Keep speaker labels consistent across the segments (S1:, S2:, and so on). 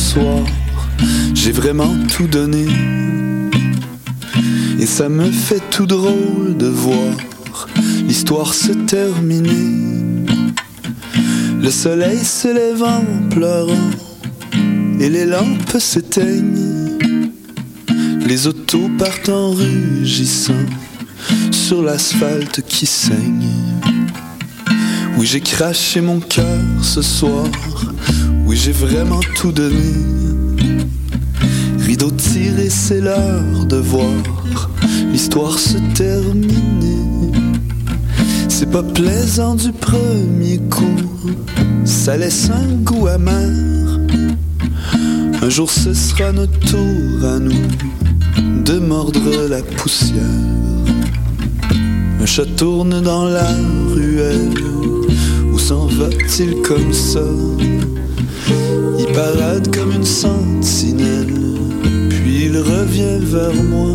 S1: soir, j'ai vraiment tout donné. Et ça me fait tout drôle de voir l'histoire se terminer. Le soleil se lève en pleurant et les lampes s'éteignent. Les autos partent en rugissant sur l'asphalte qui saigne. Oui, j'ai craché mon cœur ce soir. Oui, j'ai vraiment tout donné. Rideau tiré, c'est l'heure de voir l'histoire se terminer. C'est pas plaisant du premier coup, ça laisse un goût amer. Un jour ce sera notre tour à nous de mordre la poussière. Un chat tourne dans la ruelle, où s'en va-t-il comme ça Il parade comme une sentinelle, puis il revient vers moi.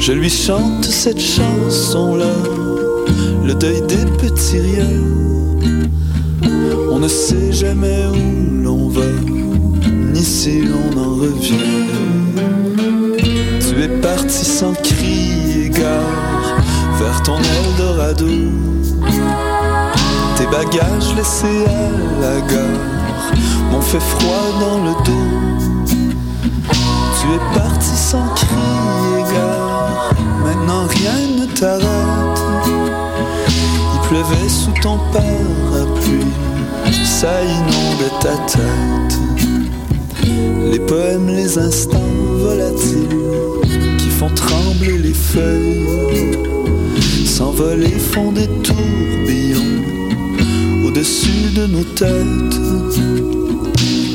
S1: Je lui chante cette chanson-là, le deuil des petits riens. On ne sait jamais où l'on va, ni si l'on en revient. Tu es parti sans crier gare vers ton Eldorado. Tes bagages laissés à la gare m'ont fait froid dans le dos. Tu es parti sans crier gare, maintenant rien ne t'arrête. Il pleuvait sous ton parapluie, ça inondait ta tête. Les poèmes, les instants volatiles qui font trembler les feuilles, s'envoler font des tourbillons au-dessus de nos têtes.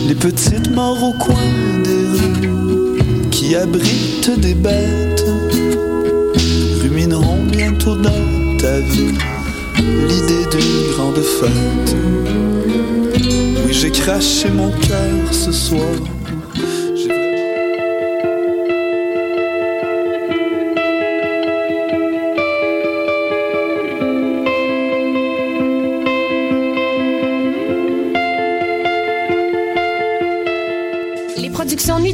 S1: Les petites morts au coin des rues qui abritent des bêtes rumineront bientôt dans ta vie l'idée d'une grande fête. Oui, j'ai craché mon cœur ce soir.
S2: Production Nuit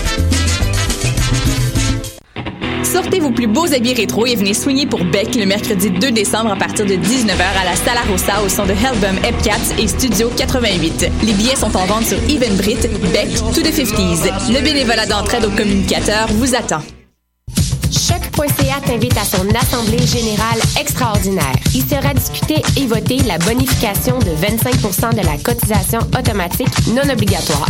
S3: Sortez vos plus beaux habits rétro et venez soigner pour Beck le mercredi 2 décembre à partir de 19h à la Sala Rossa au son de Hellbum Epcats et Studio 88. Les billets sont en vente sur Evenbrit, Beck, To The 50s. Le bénévolat d'entraide aux communicateurs vous attend.
S2: Choc.ca t'invite à son Assemblée générale extraordinaire. Il sera discuté et voté la bonification de 25 de la cotisation automatique non obligatoire.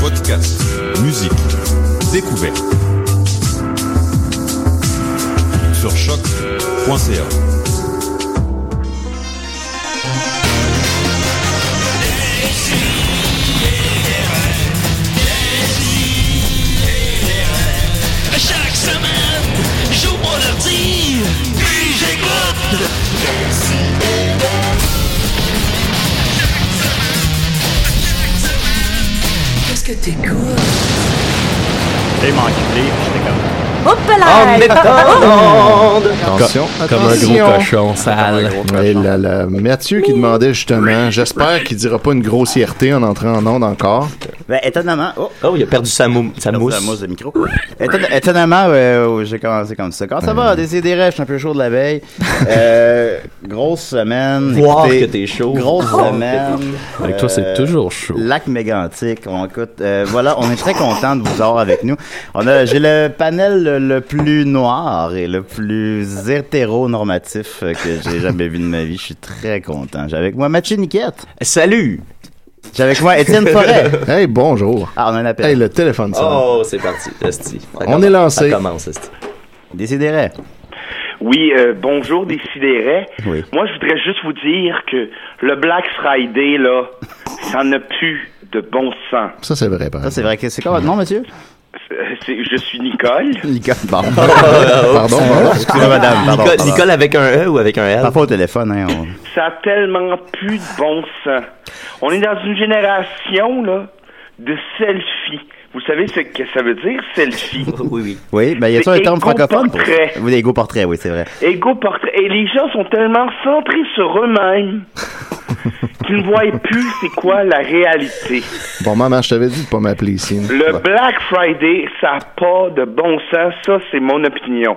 S4: Podcast, musique, découverte. Sur choc.ca.
S5: Chaque semaine, j'ouvre mon ordi, puis j'écoute.
S6: Qu'est-ce que t'écoutes?
S7: J'ai manqué de livres, j'étais comme.
S6: Hop
S7: En méthode!
S8: Attention,
S9: Co- Comme un
S8: attention.
S9: gros cochon sale.
S8: Eh là là. Mathieu qui demandait justement, j'espère qu'il dira pas une grossièreté en entrant en onde encore. Ben, étonnamment. Oh,
S9: Oh, il a perdu sa, mou- sa
S8: j'ai perdu
S9: mousse.
S8: la mousse de micro. Éton- étonnamment, euh, j'ai commencé comme ça. Quand
S9: Ben
S8: ça va, décidez, je suis un peu chaud de la veille. Euh, grosse semaine.
S9: Voir
S8: écoutez,
S9: que t'es chaud.
S8: Grosse
S9: Voir que
S8: semaine.
S10: Avec toi, c'est
S8: Euh,
S10: toujours chaud.
S8: Lac mégantique. On écoute. euh, voilà, on est très content de vous avoir avec nous. On a, j'ai le panel le, le plus noir et le plus hétéronormatif euh, que j'ai jamais vu de ma vie. Je suis très content. J'ai avec moi Mathieu Niquette.
S9: Salut!
S8: J'ai avec moi Étienne Forêt.
S11: Hey, bonjour.
S8: Ah, on a un appel.
S11: Hey, le téléphone sonne.
S9: Oh, c'est parti, Esti. Ça
S11: On
S9: commence,
S11: est lancé.
S9: Ça commence, Esti.
S8: Décidérez.
S12: Oui, euh, bonjour, décidérez.
S8: Oui.
S12: Moi, je voudrais juste vous dire que le Black Friday, là, ça n'a plus de bon sens.
S11: Ça, c'est vrai, par
S8: Ça, c'est vrai. que C'est quoi votre nom, monsieur?
S12: Euh, c'est- je suis Nicole.
S8: Nicole. Bon.
S12: oh,
S11: Pardon, pardon.
S8: Excusez-moi, madame. Pardon,
S9: Nicole,
S8: pardon.
S9: Nicole avec un E ou avec un L?
S8: Parfois au téléphone, hein. on-
S12: Ça a tellement plus de bon sens. On est dans une génération, là, de selfies. Vous savez ce que ça veut dire, selfie?
S9: Oui, oui.
S8: Oui, ben, y a-t-il
S12: C'est
S8: un terme francophone pour
S12: éco-portrait.
S8: Oui, des portraits, oui, c'est vrai.
S12: Égo portrait. Et les gens sont tellement centrés sur eux-mêmes qu'ils ne voient plus c'est quoi la réalité.
S11: Bon, maman, je t'avais dit de pas m'appeler ici. non?
S12: Le
S11: Bon.
S12: Black Friday, ça n'a pas de bon sens. Ça, c'est mon opinion.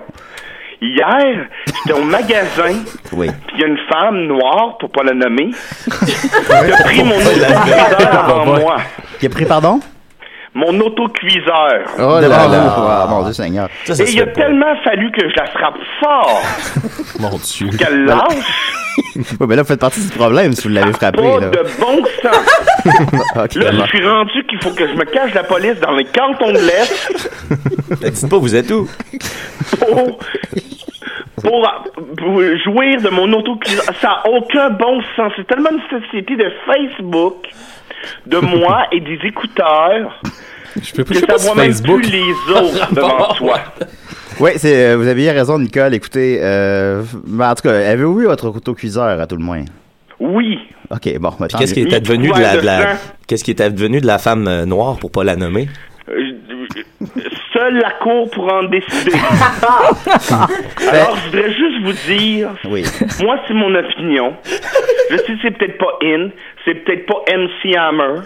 S12: Hier, j'étais au magasin,
S8: Oui.
S12: puis il y a une femme noire, pour pas la nommer, qui a pris mon autocuiseur en moi.
S8: Qui a pris, pardon?
S12: Mon autocuiseur.
S11: Oh là là.
S8: Ah, mon Dieu Seigneur.
S9: Ça, ça
S12: Et
S9: se
S12: il a
S9: fait pas.
S12: tellement fallu que je la frappe fort
S10: Mon Dieu.
S12: qu'elle lâche.
S8: Oui, mais là, vous faites partie du problème si vous l'avez frappé,
S12: Pas
S8: là. Ah,
S12: de bon sens.
S8: Ok,
S12: Là,
S8: bon.
S12: je suis rendu qu'il faut que je me cache de la police dans les cantons de l'Est
S9: Mais Dites pas, vous êtes où?
S12: pour, pour, pour jouir de mon auto Ça n'a aucun bon sens. C'est tellement une société de Facebook, de moi et des écouteurs
S10: Je peux
S12: que
S10: pas, je sais
S12: ça
S10: pas si
S12: voit même
S10: Facebook.
S12: plus les autres devant toi.
S8: Oui, c'est, euh, vous aviez raison, Nicole. Écoutez, euh, ben, en tout cas, avez-vous eu votre autocuiseur, à tout le moins?
S12: Oui.
S8: OK, bon, ben, tant
S9: Qu'est-ce qui
S8: mieux.
S9: est advenu de la, de la-
S12: Ouais, de sang.
S9: qu'est-ce qui est advenu de la femme euh, noire pour pas la nommer?
S12: Euh, Seule la cour pour en décider. Alors, je voudrais juste vous dire,
S8: Oui.
S12: moi, c'est mon opinion. Je sais que c'est peut-être pas in, c'est peut-être pas MC Hammer,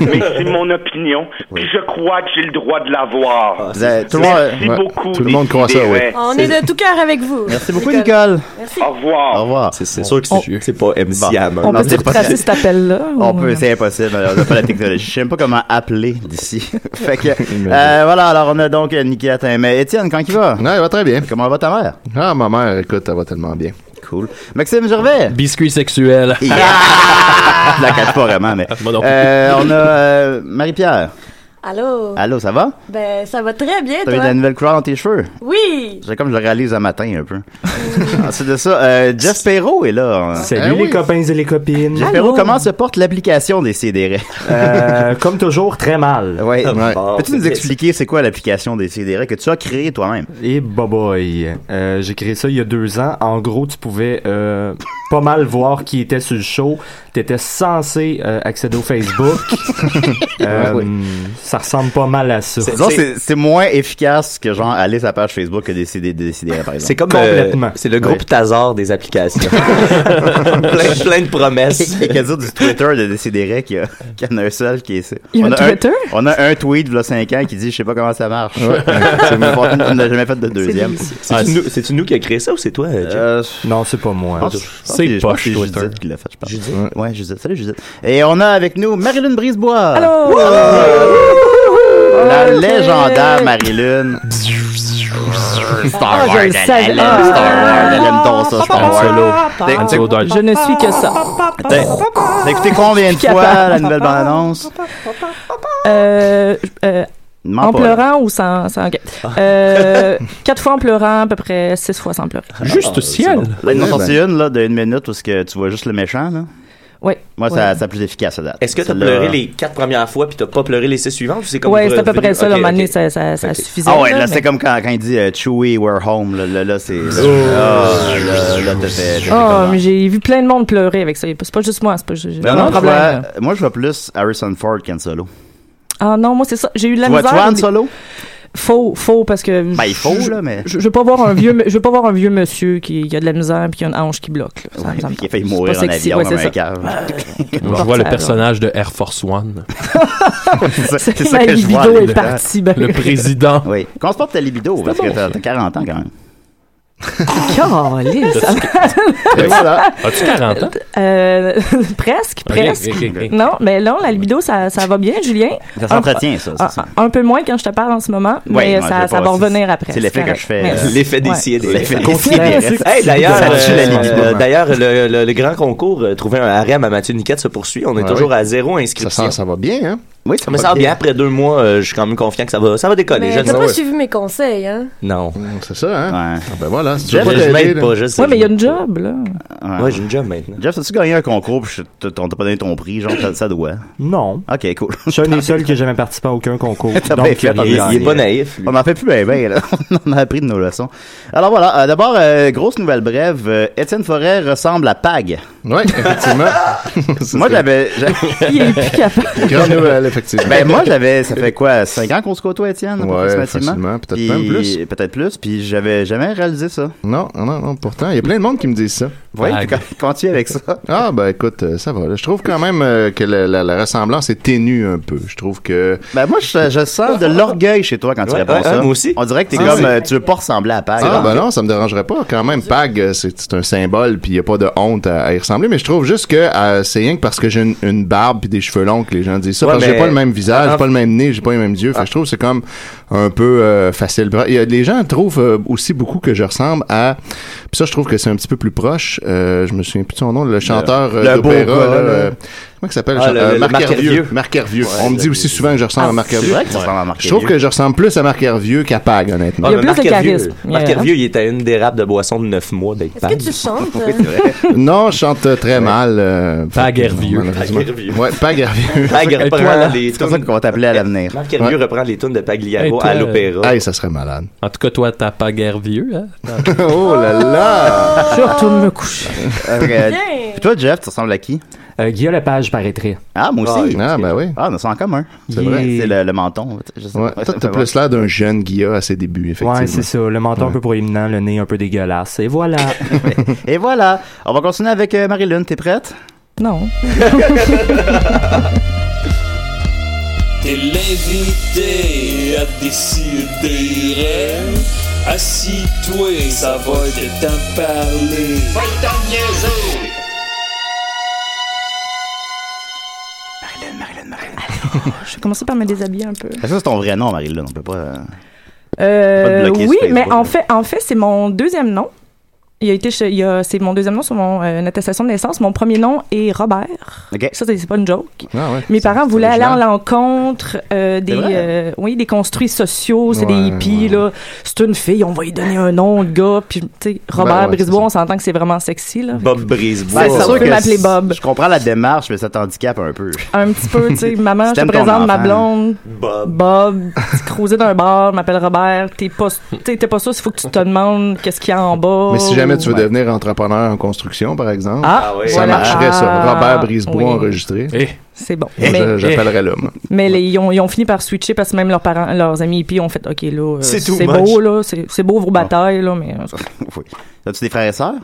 S12: mais c'est mon opinion. Puis je crois que j'ai le droit de l'avoir.
S8: Vous avez- Ah, tout le monde, euh,
S12: Merci
S11: ouais.
S12: beaucoup.
S11: Tout le monde croit ça, oui.
S12: Décidérez.
S13: On est de tout cœur avec vous.
S8: Merci beaucoup, Nicole.
S12: Au revoir.
S8: Au revoir.
S9: C'est, c'est sûr que c'est, c'est pas MC
S8: Bon.
S9: Hammer.
S8: On
S13: On
S8: Non,
S13: peut
S8: c'est
S13: se
S8: pas-
S13: retracer cet appel-là.
S8: On
S13: ou-
S8: peut, c'est impossible. On n'a pas la technologie. Je sais même pas comment appeler d'ici. fait que, euh, voilà, alors on a donc euh, Nicole Attin. Mais Étienne, quand il va?
S11: Non, il va très bien.
S8: Comment va ta mère?
S11: Ah, ma mère, écoute, ça va tellement bien.
S8: Cool. Maxime Gervais?
S10: Biscuit sexuel. Ah,
S8: Yeah! Je la cache pas vraiment, mais.
S10: Moi non plus.
S8: Euh, on a euh, Marie-Pierre.
S13: Allô?
S8: Allô, ça va?
S13: Ben, ça va très bien,
S8: T'as eu de la
S13: toi?
S8: nouvelle couleur dans tes cheveux?
S13: Oui!
S8: C'est comme je le réalise un matin un peu. Ensuite de ça, euh, Jeff Perrault est là.
S11: Salut les copains.
S8: Jeff Perrault, comment se porte l'application des CDR?
S9: comme toujours, très mal.
S11: Ouais.
S8: ouais.
S9: Ah, Bon,
S8: Peux-tu
S9: c'est
S8: nous
S9: bien.
S8: expliquer c'est quoi l'application des CDR que tu as créée toi-même?
S12: Et Eh, Boboy, Euh, j'ai créé ça il y a deux ans. En gros, tu pouvais euh, pas mal voir qui était sur le show. T'étais censé euh, accéder au Facebook. Euh, Ça ressemble pas mal à ça.
S9: C'est-
S8: Disons,
S9: c'est-
S8: c'est c'est moins efficace que genre aller sur la page Facebook que des CD des CDR, par
S9: C'est
S8: exemple.
S9: comme
S12: Complètement.
S9: euh, c'est le groupe Tazar des applications. plein, plein de promesses.
S8: Et qu'à dire du Twitter de Décideret qu'il y, a- qu'il y en a un seul qui est ça.
S13: Il y a un
S8: on
S13: Twitter?
S8: on a un tweet, il y a 5 ans, qui dit Je sais pas comment ça marche. C'est une fortune qu'on n'a jamais fait de deuxième.
S9: C'est-tu,
S11: Ah,
S9: nous, c'est-tu nous qui a créé ça ou c'est toi, euh, Jeff?
S8: Euh,
S12: Non, c'est pas moi.
S8: je pense-
S10: C'est
S8: je pense que
S10: poche,
S8: c'est
S10: Twitter.
S8: Judith qui l'a fait, je pense. Ouais, Judith. Salut, Judith. Et on a avec nous Marilyn Brisebois.
S13: Allô?
S8: La
S13: Ok.
S8: légendaire Marilyn. Star
S13: Ah, je le savais.
S8: elle aime Star Wars. Elle aime donc ça, Star Wars.
S10: Han
S8: T'as-
S10: Solo Dark.
S13: Je ne suis que ça.
S8: T'as écouté combien de fois la nouvelle bande-annonce?
S13: Ah, Euh, euh,
S8: Mens
S13: en
S8: pas, là. Ah.
S13: pleurant ou sans... sans... ok. Euh, quatre fois en pleurant, à peu près six fois sans pleurer.
S8: Ah,
S10: Juste au ciel.
S8: Là, ils en ont sorti une là, d'une minute parce que tu vois juste le méchant. Là.
S13: Oui.
S8: Moi, ça,
S13: Ouais.
S8: ça a plus efficace à date.
S9: Est-ce que t'as
S8: Celle-là-
S9: pleuré les quatre premières fois puis t'as pas pleuré les six suivantes ou c'est comme
S13: Ouais,
S9: vous
S13: c'est à peu
S9: revenez-
S13: près ça,
S9: Ok,
S13: le moment
S9: ok.
S13: donné, ça, ça, ça
S9: Ok.
S13: suffisait.
S8: Ah ouais, là, c'est
S13: mais-
S8: comme quand, quand il dit euh, Chewie, we're home. Là, là, là, c'est. Là, là, là, là, t'as fait- t'as fait
S13: Ah,
S8: comment?
S13: mais j'ai vu plein de monde pleurer avec ça. C'est pas juste moi, c'est pas j'ai- j'ai
S8: Non,
S13: pas
S8: Ben non,
S13: un
S8: je
S13: problème.
S8: vois-
S13: là.
S8: moi, je vois plus Harrison Ford qu'Han Solo.
S13: Ah non, moi c'est ça. J'ai eu de la
S8: Tu vois, tu
S13: misère.
S8: vois
S13: au
S8: Han
S13: dé-
S8: Solo?
S13: Faux, faux, parce que.
S8: Ben, il faut,
S13: je-
S8: là, mais-
S13: Je, je veux pas voir un vieux, me- je veux pas voir un vieux monsieur qui qui a de la misère puis qui a une hanche qui bloque. là. Ça, me- ça me
S8: Qui a failli
S13: tente.
S8: mourir
S13: C'est
S8: en
S13: pas sexy,
S8: avion
S13: ouais,
S8: dans
S13: c'est
S8: un
S13: ça. Euh,
S8: cave.
S10: Donc, je vois le personnage de Air Force One.
S8: C'est ça- c'est
S13: Ma
S8: ça que je vois.
S13: libido
S8: là,
S13: est
S8: dedans.
S13: partie, ben.
S10: Le président.
S8: Oui. Concentre ta libido, parce que t'as t'as 40 ans quand même.
S13: Calisse.
S8: Et voilà.
S10: As-tu 40 ans?
S13: Euh, presque,
S10: Ok,
S13: presque.
S10: ok, ok.
S13: Non, mais là, la libido, ça, ça va bien, Julien.
S8: Ça s'entretient, ça, c'est
S13: Un,
S8: ça.
S13: un peu moins quand je te parle en ce moment, mais
S9: euh,
S8: Ouais, moi, je
S13: ça,
S8: vais
S13: ça
S8: pas-
S13: va
S8: c'est-
S13: revenir après.
S8: C'est l'effet que
S13: correct.
S8: je fais.
S13: Mais-
S8: euh,
S9: L'effet des
S13: Ouais.
S9: sièdes.
S8: L'effet des
S9: Hey,
S8: sièdes.
S9: D'ailleurs,
S8: Ça tue la
S9: euh,
S8: libido.
S9: euh, d'ailleurs, le, le- le grand concours euh, Trouver un harem à Mathieu Niquette se poursuit. On est
S8: Ouais,
S9: toujours
S8: oui.
S9: à zéro inscription.
S8: Ça
S11: sent- ça va bien, hein?
S9: Oui, ça, mais ça va bien. Après deux mois, euh, je suis quand même confiant que ça va, ça va décoller.
S14: Mais
S9: je
S14: t'as
S9: ne
S14: pas
S9: sais
S14: suivi mes conseils, hein?
S9: Non.
S11: C'est ça, hein?
S8: Ouais.
S9: Ah,
S11: ben voilà, si tu
S9: Jeff,
S11: veux pas
S9: je
S11: t'aider,
S9: m'aide
S11: là.
S9: pas, je sais.
S13: Ouais, mais il y a une job, là.
S8: Ouais,
S9: j'ai une job maintenant.
S8: Jeff, as-tu gagné un concours puis je- t- on t'a pas donné ton prix, genre ça, ça doit?
S12: Non.
S8: Ok, cool.
S12: Je suis un des seuls qui n'a jamais participé à aucun concours.
S8: T'as
S12: Donc,
S8: bien
S11: euh,
S8: fait,
S12: rien
S8: il- il est
S12: gagné.
S8: pas naïf. On n'en fait plus ben ben, là. On en a appris de nos leçons. Alors voilà, euh, d'abord, euh, grosse nouvelle brève. euh, Étienne Forêt ressemble à Pag.
S11: Oui, effectivement.
S8: moi, j'avais...
S11: Il est plus capable. Grande nouvelle, effectivement.
S8: Ben moi, j'avais... Ça fait quoi, 5 ans qu'on se côtoie, Étienne? à peu
S11: Ouais,
S8: près, facilement?
S11: facilement, peut-être
S8: Puis-
S11: même plus.
S8: Peut-être plus, puis j'avais jamais réalisé ça.
S11: Non, non, non, non, pourtant, il y a plein de monde qui me disent ça.
S8: Oui, puis quand, quand tu es avec ça...
S11: Ah, ben écoute, euh, ça va. là. Je trouve quand même euh, que la, la- la ressemblance est ténue un peu. Je trouve que.
S8: Ben moi, je, je sens de l'orgueil chez toi quand tu
S11: Ouais,
S8: réponds
S11: ouais,
S8: ça.
S11: ouais, moi aussi.
S8: On dirait que t'es
S11: Ah,
S8: comme...
S11: c'est-
S8: euh, tu veux pas ressembler à Pag.
S11: Ah,
S8: Alors
S11: ben
S8: que-
S11: non, ça me dérangerait pas. Quand même, Pag, euh, c'est c'est un symbole, puis il n'y a pas de honte à, à y ressembler. Mais je trouve juste que euh, c'est rien que parce que j'ai une, une barbe puis des cheveux longs que les gens disent ça.
S9: Ouais,
S11: parce que
S9: mais-
S11: j'ai pas le même visage,
S9: Ah,
S11: j'ai pas le même nez, j'ai pas les mêmes yeux. Fait que je trouve que c'est comme un peu euh, facile. Bra- Il y a- Les gens trouvent euh, aussi beaucoup que je ressemble à... Puis ça, je trouve que c'est un petit peu plus proche. Euh, je me souviens plus de son nom, le chanteur euh,
S9: le beau
S11: d'opéra.
S9: gars,
S11: là,
S9: là.
S11: le- Comment il s'appelle? le
S9: Ah,
S11: chan-
S9: le-
S11: euh,
S9: le
S11: Marc
S9: Marc
S11: Hervieux.
S9: Hervieux.
S11: Marc Hervieux.
S9: Ouais,
S11: On me
S9: le-
S11: dit aussi souvent que je ressemble à
S9: Ah,
S11: Marc
S9: c'est
S11: Hervieux.
S9: vrai que tu ressembles à Marc
S11: Je trouve
S9: Hervieux.
S11: que je ressemble plus à Marc Hervieux qu'à Pag, honnêtement.
S9: Ah, mais Marc Hervieux- Marc
S11: Ouais.
S9: Hervieux, il est à une des râpes de boisson de 9 mois d'être
S14: Est-ce que tu chantes?
S13: hein.
S9: Oui, c'est vrai.
S11: Non, je chante euh, très mal. Euh,
S9: Pag Hervieux.
S11: malheureusement.
S9: Pag Hervieux.
S11: Ouais, Pag Hervieux.
S9: Pag reprend les
S8: C'est comme ça
S9: tunes-
S8: qu'on va t'appeler à l'avenir.
S9: Marc Hervieux
S11: Ouais.
S9: reprend les tunes de
S10: Hey,
S9: Pagliaro
S10: toi,
S9: à
S8: euh,
S9: l'opéra.
S11: Hey, ça serait malade.
S10: En tout cas, toi, t'as pas guère vieux, hein?
S11: oh là là!
S13: Je retourne me coucher.
S8: Euh, puis toi, Jeff, tu ressembles à qui?
S12: Euh, Guillaume Lepage paraîtrait.
S8: Ah, moi aussi.
S11: Ah, ben oui.
S8: Ah, on a ça en commun.
S12: C'est vrai.
S8: C'est le, le menton. Je sais
S11: Ouais,
S8: pas.
S11: toi, t'as plus l'air d'un jeune Guilla à ses débuts, effectivement.
S12: Ouais, c'est ça. Le menton un peu proéminent, le nez un peu dégueulasse. Et voilà.
S8: Et voilà. On va continuer avec euh, Marie-Lune. T'es prête?
S13: Non.
S5: T'es l'invité à décider. Assis-toi, ça va être t'en parler. Va t'en niaiser!
S13: Je vais commencer par me déshabiller un peu.
S8: Ça, c'est ton vrai nom, Marie-Lune. On peut pas. euh,
S13: Euh,
S8: Pas de bloquer
S13: oui,
S8: sur Facebook,
S13: mais en
S8: là.
S13: fait, en fait, c'est mon deuxième nom. Il a été, che- il y a- c'est mon deuxième nom sur mon euh, une attestation de naissance. Mon premier nom est Robert. Ça, c'est c'est pas une joke.
S11: Ah ouais.
S13: Mes parents voulaient aller
S11: original.
S13: à l'encontre euh, des,
S11: vrai?
S13: euh, oui, des construits sociaux, c'est
S11: Ouais,
S13: des hippies là. C'est une fille, on va lui donner un nom, le gars. Puis tu
S11: Ben
S13: sais, Robert
S8: ouais, c'est
S13: Brisebois, on s'entend que c'est vraiment sexy là.
S9: Bob Brisebois.
S13: Ouais, ça, on peut m'appeler
S8: c-
S13: Bob.
S8: Je comprends la démarche, mais ça t'handicape un peu.
S13: Un petit peu, tu sais, maman,
S8: Si
S13: je te
S8: t'aimes ton
S13: présente ma
S8: enfant.
S13: blonde.
S9: Bob.
S13: Bob, tu croisais d'un bar, je m'appelle Robert. T'es pas, t'es t'es pas sûr, il faut que tu te demandes qu'est-ce qu'il y a en bas.
S11: Mais
S9: Oh,
S11: si jamais tu veux
S13: Ouais.
S11: devenir entrepreneur en construction, par exemple,
S13: Ah, Ah oui.
S11: ça
S13: voilà.
S11: marcherait, ça.
S13: Ah,
S11: Robert Brisebois
S13: oui. Eh.
S11: enregistré.
S9: Eh.
S13: C'est bon.
S11: Moi, je-
S13: Mais,
S11: J'appellerais l'homme.
S13: mais les- ils, ont, ils ont fini par switcher parce que même leurs parents, leurs amis hippies ont fait OK, là, euh,
S8: C'est too
S13: c'est
S8: much.
S13: beau, là, c'est c'est beau vos
S11: Ah.
S13: batailles, là, mais.
S8: oui. As-tu des frères et sœurs?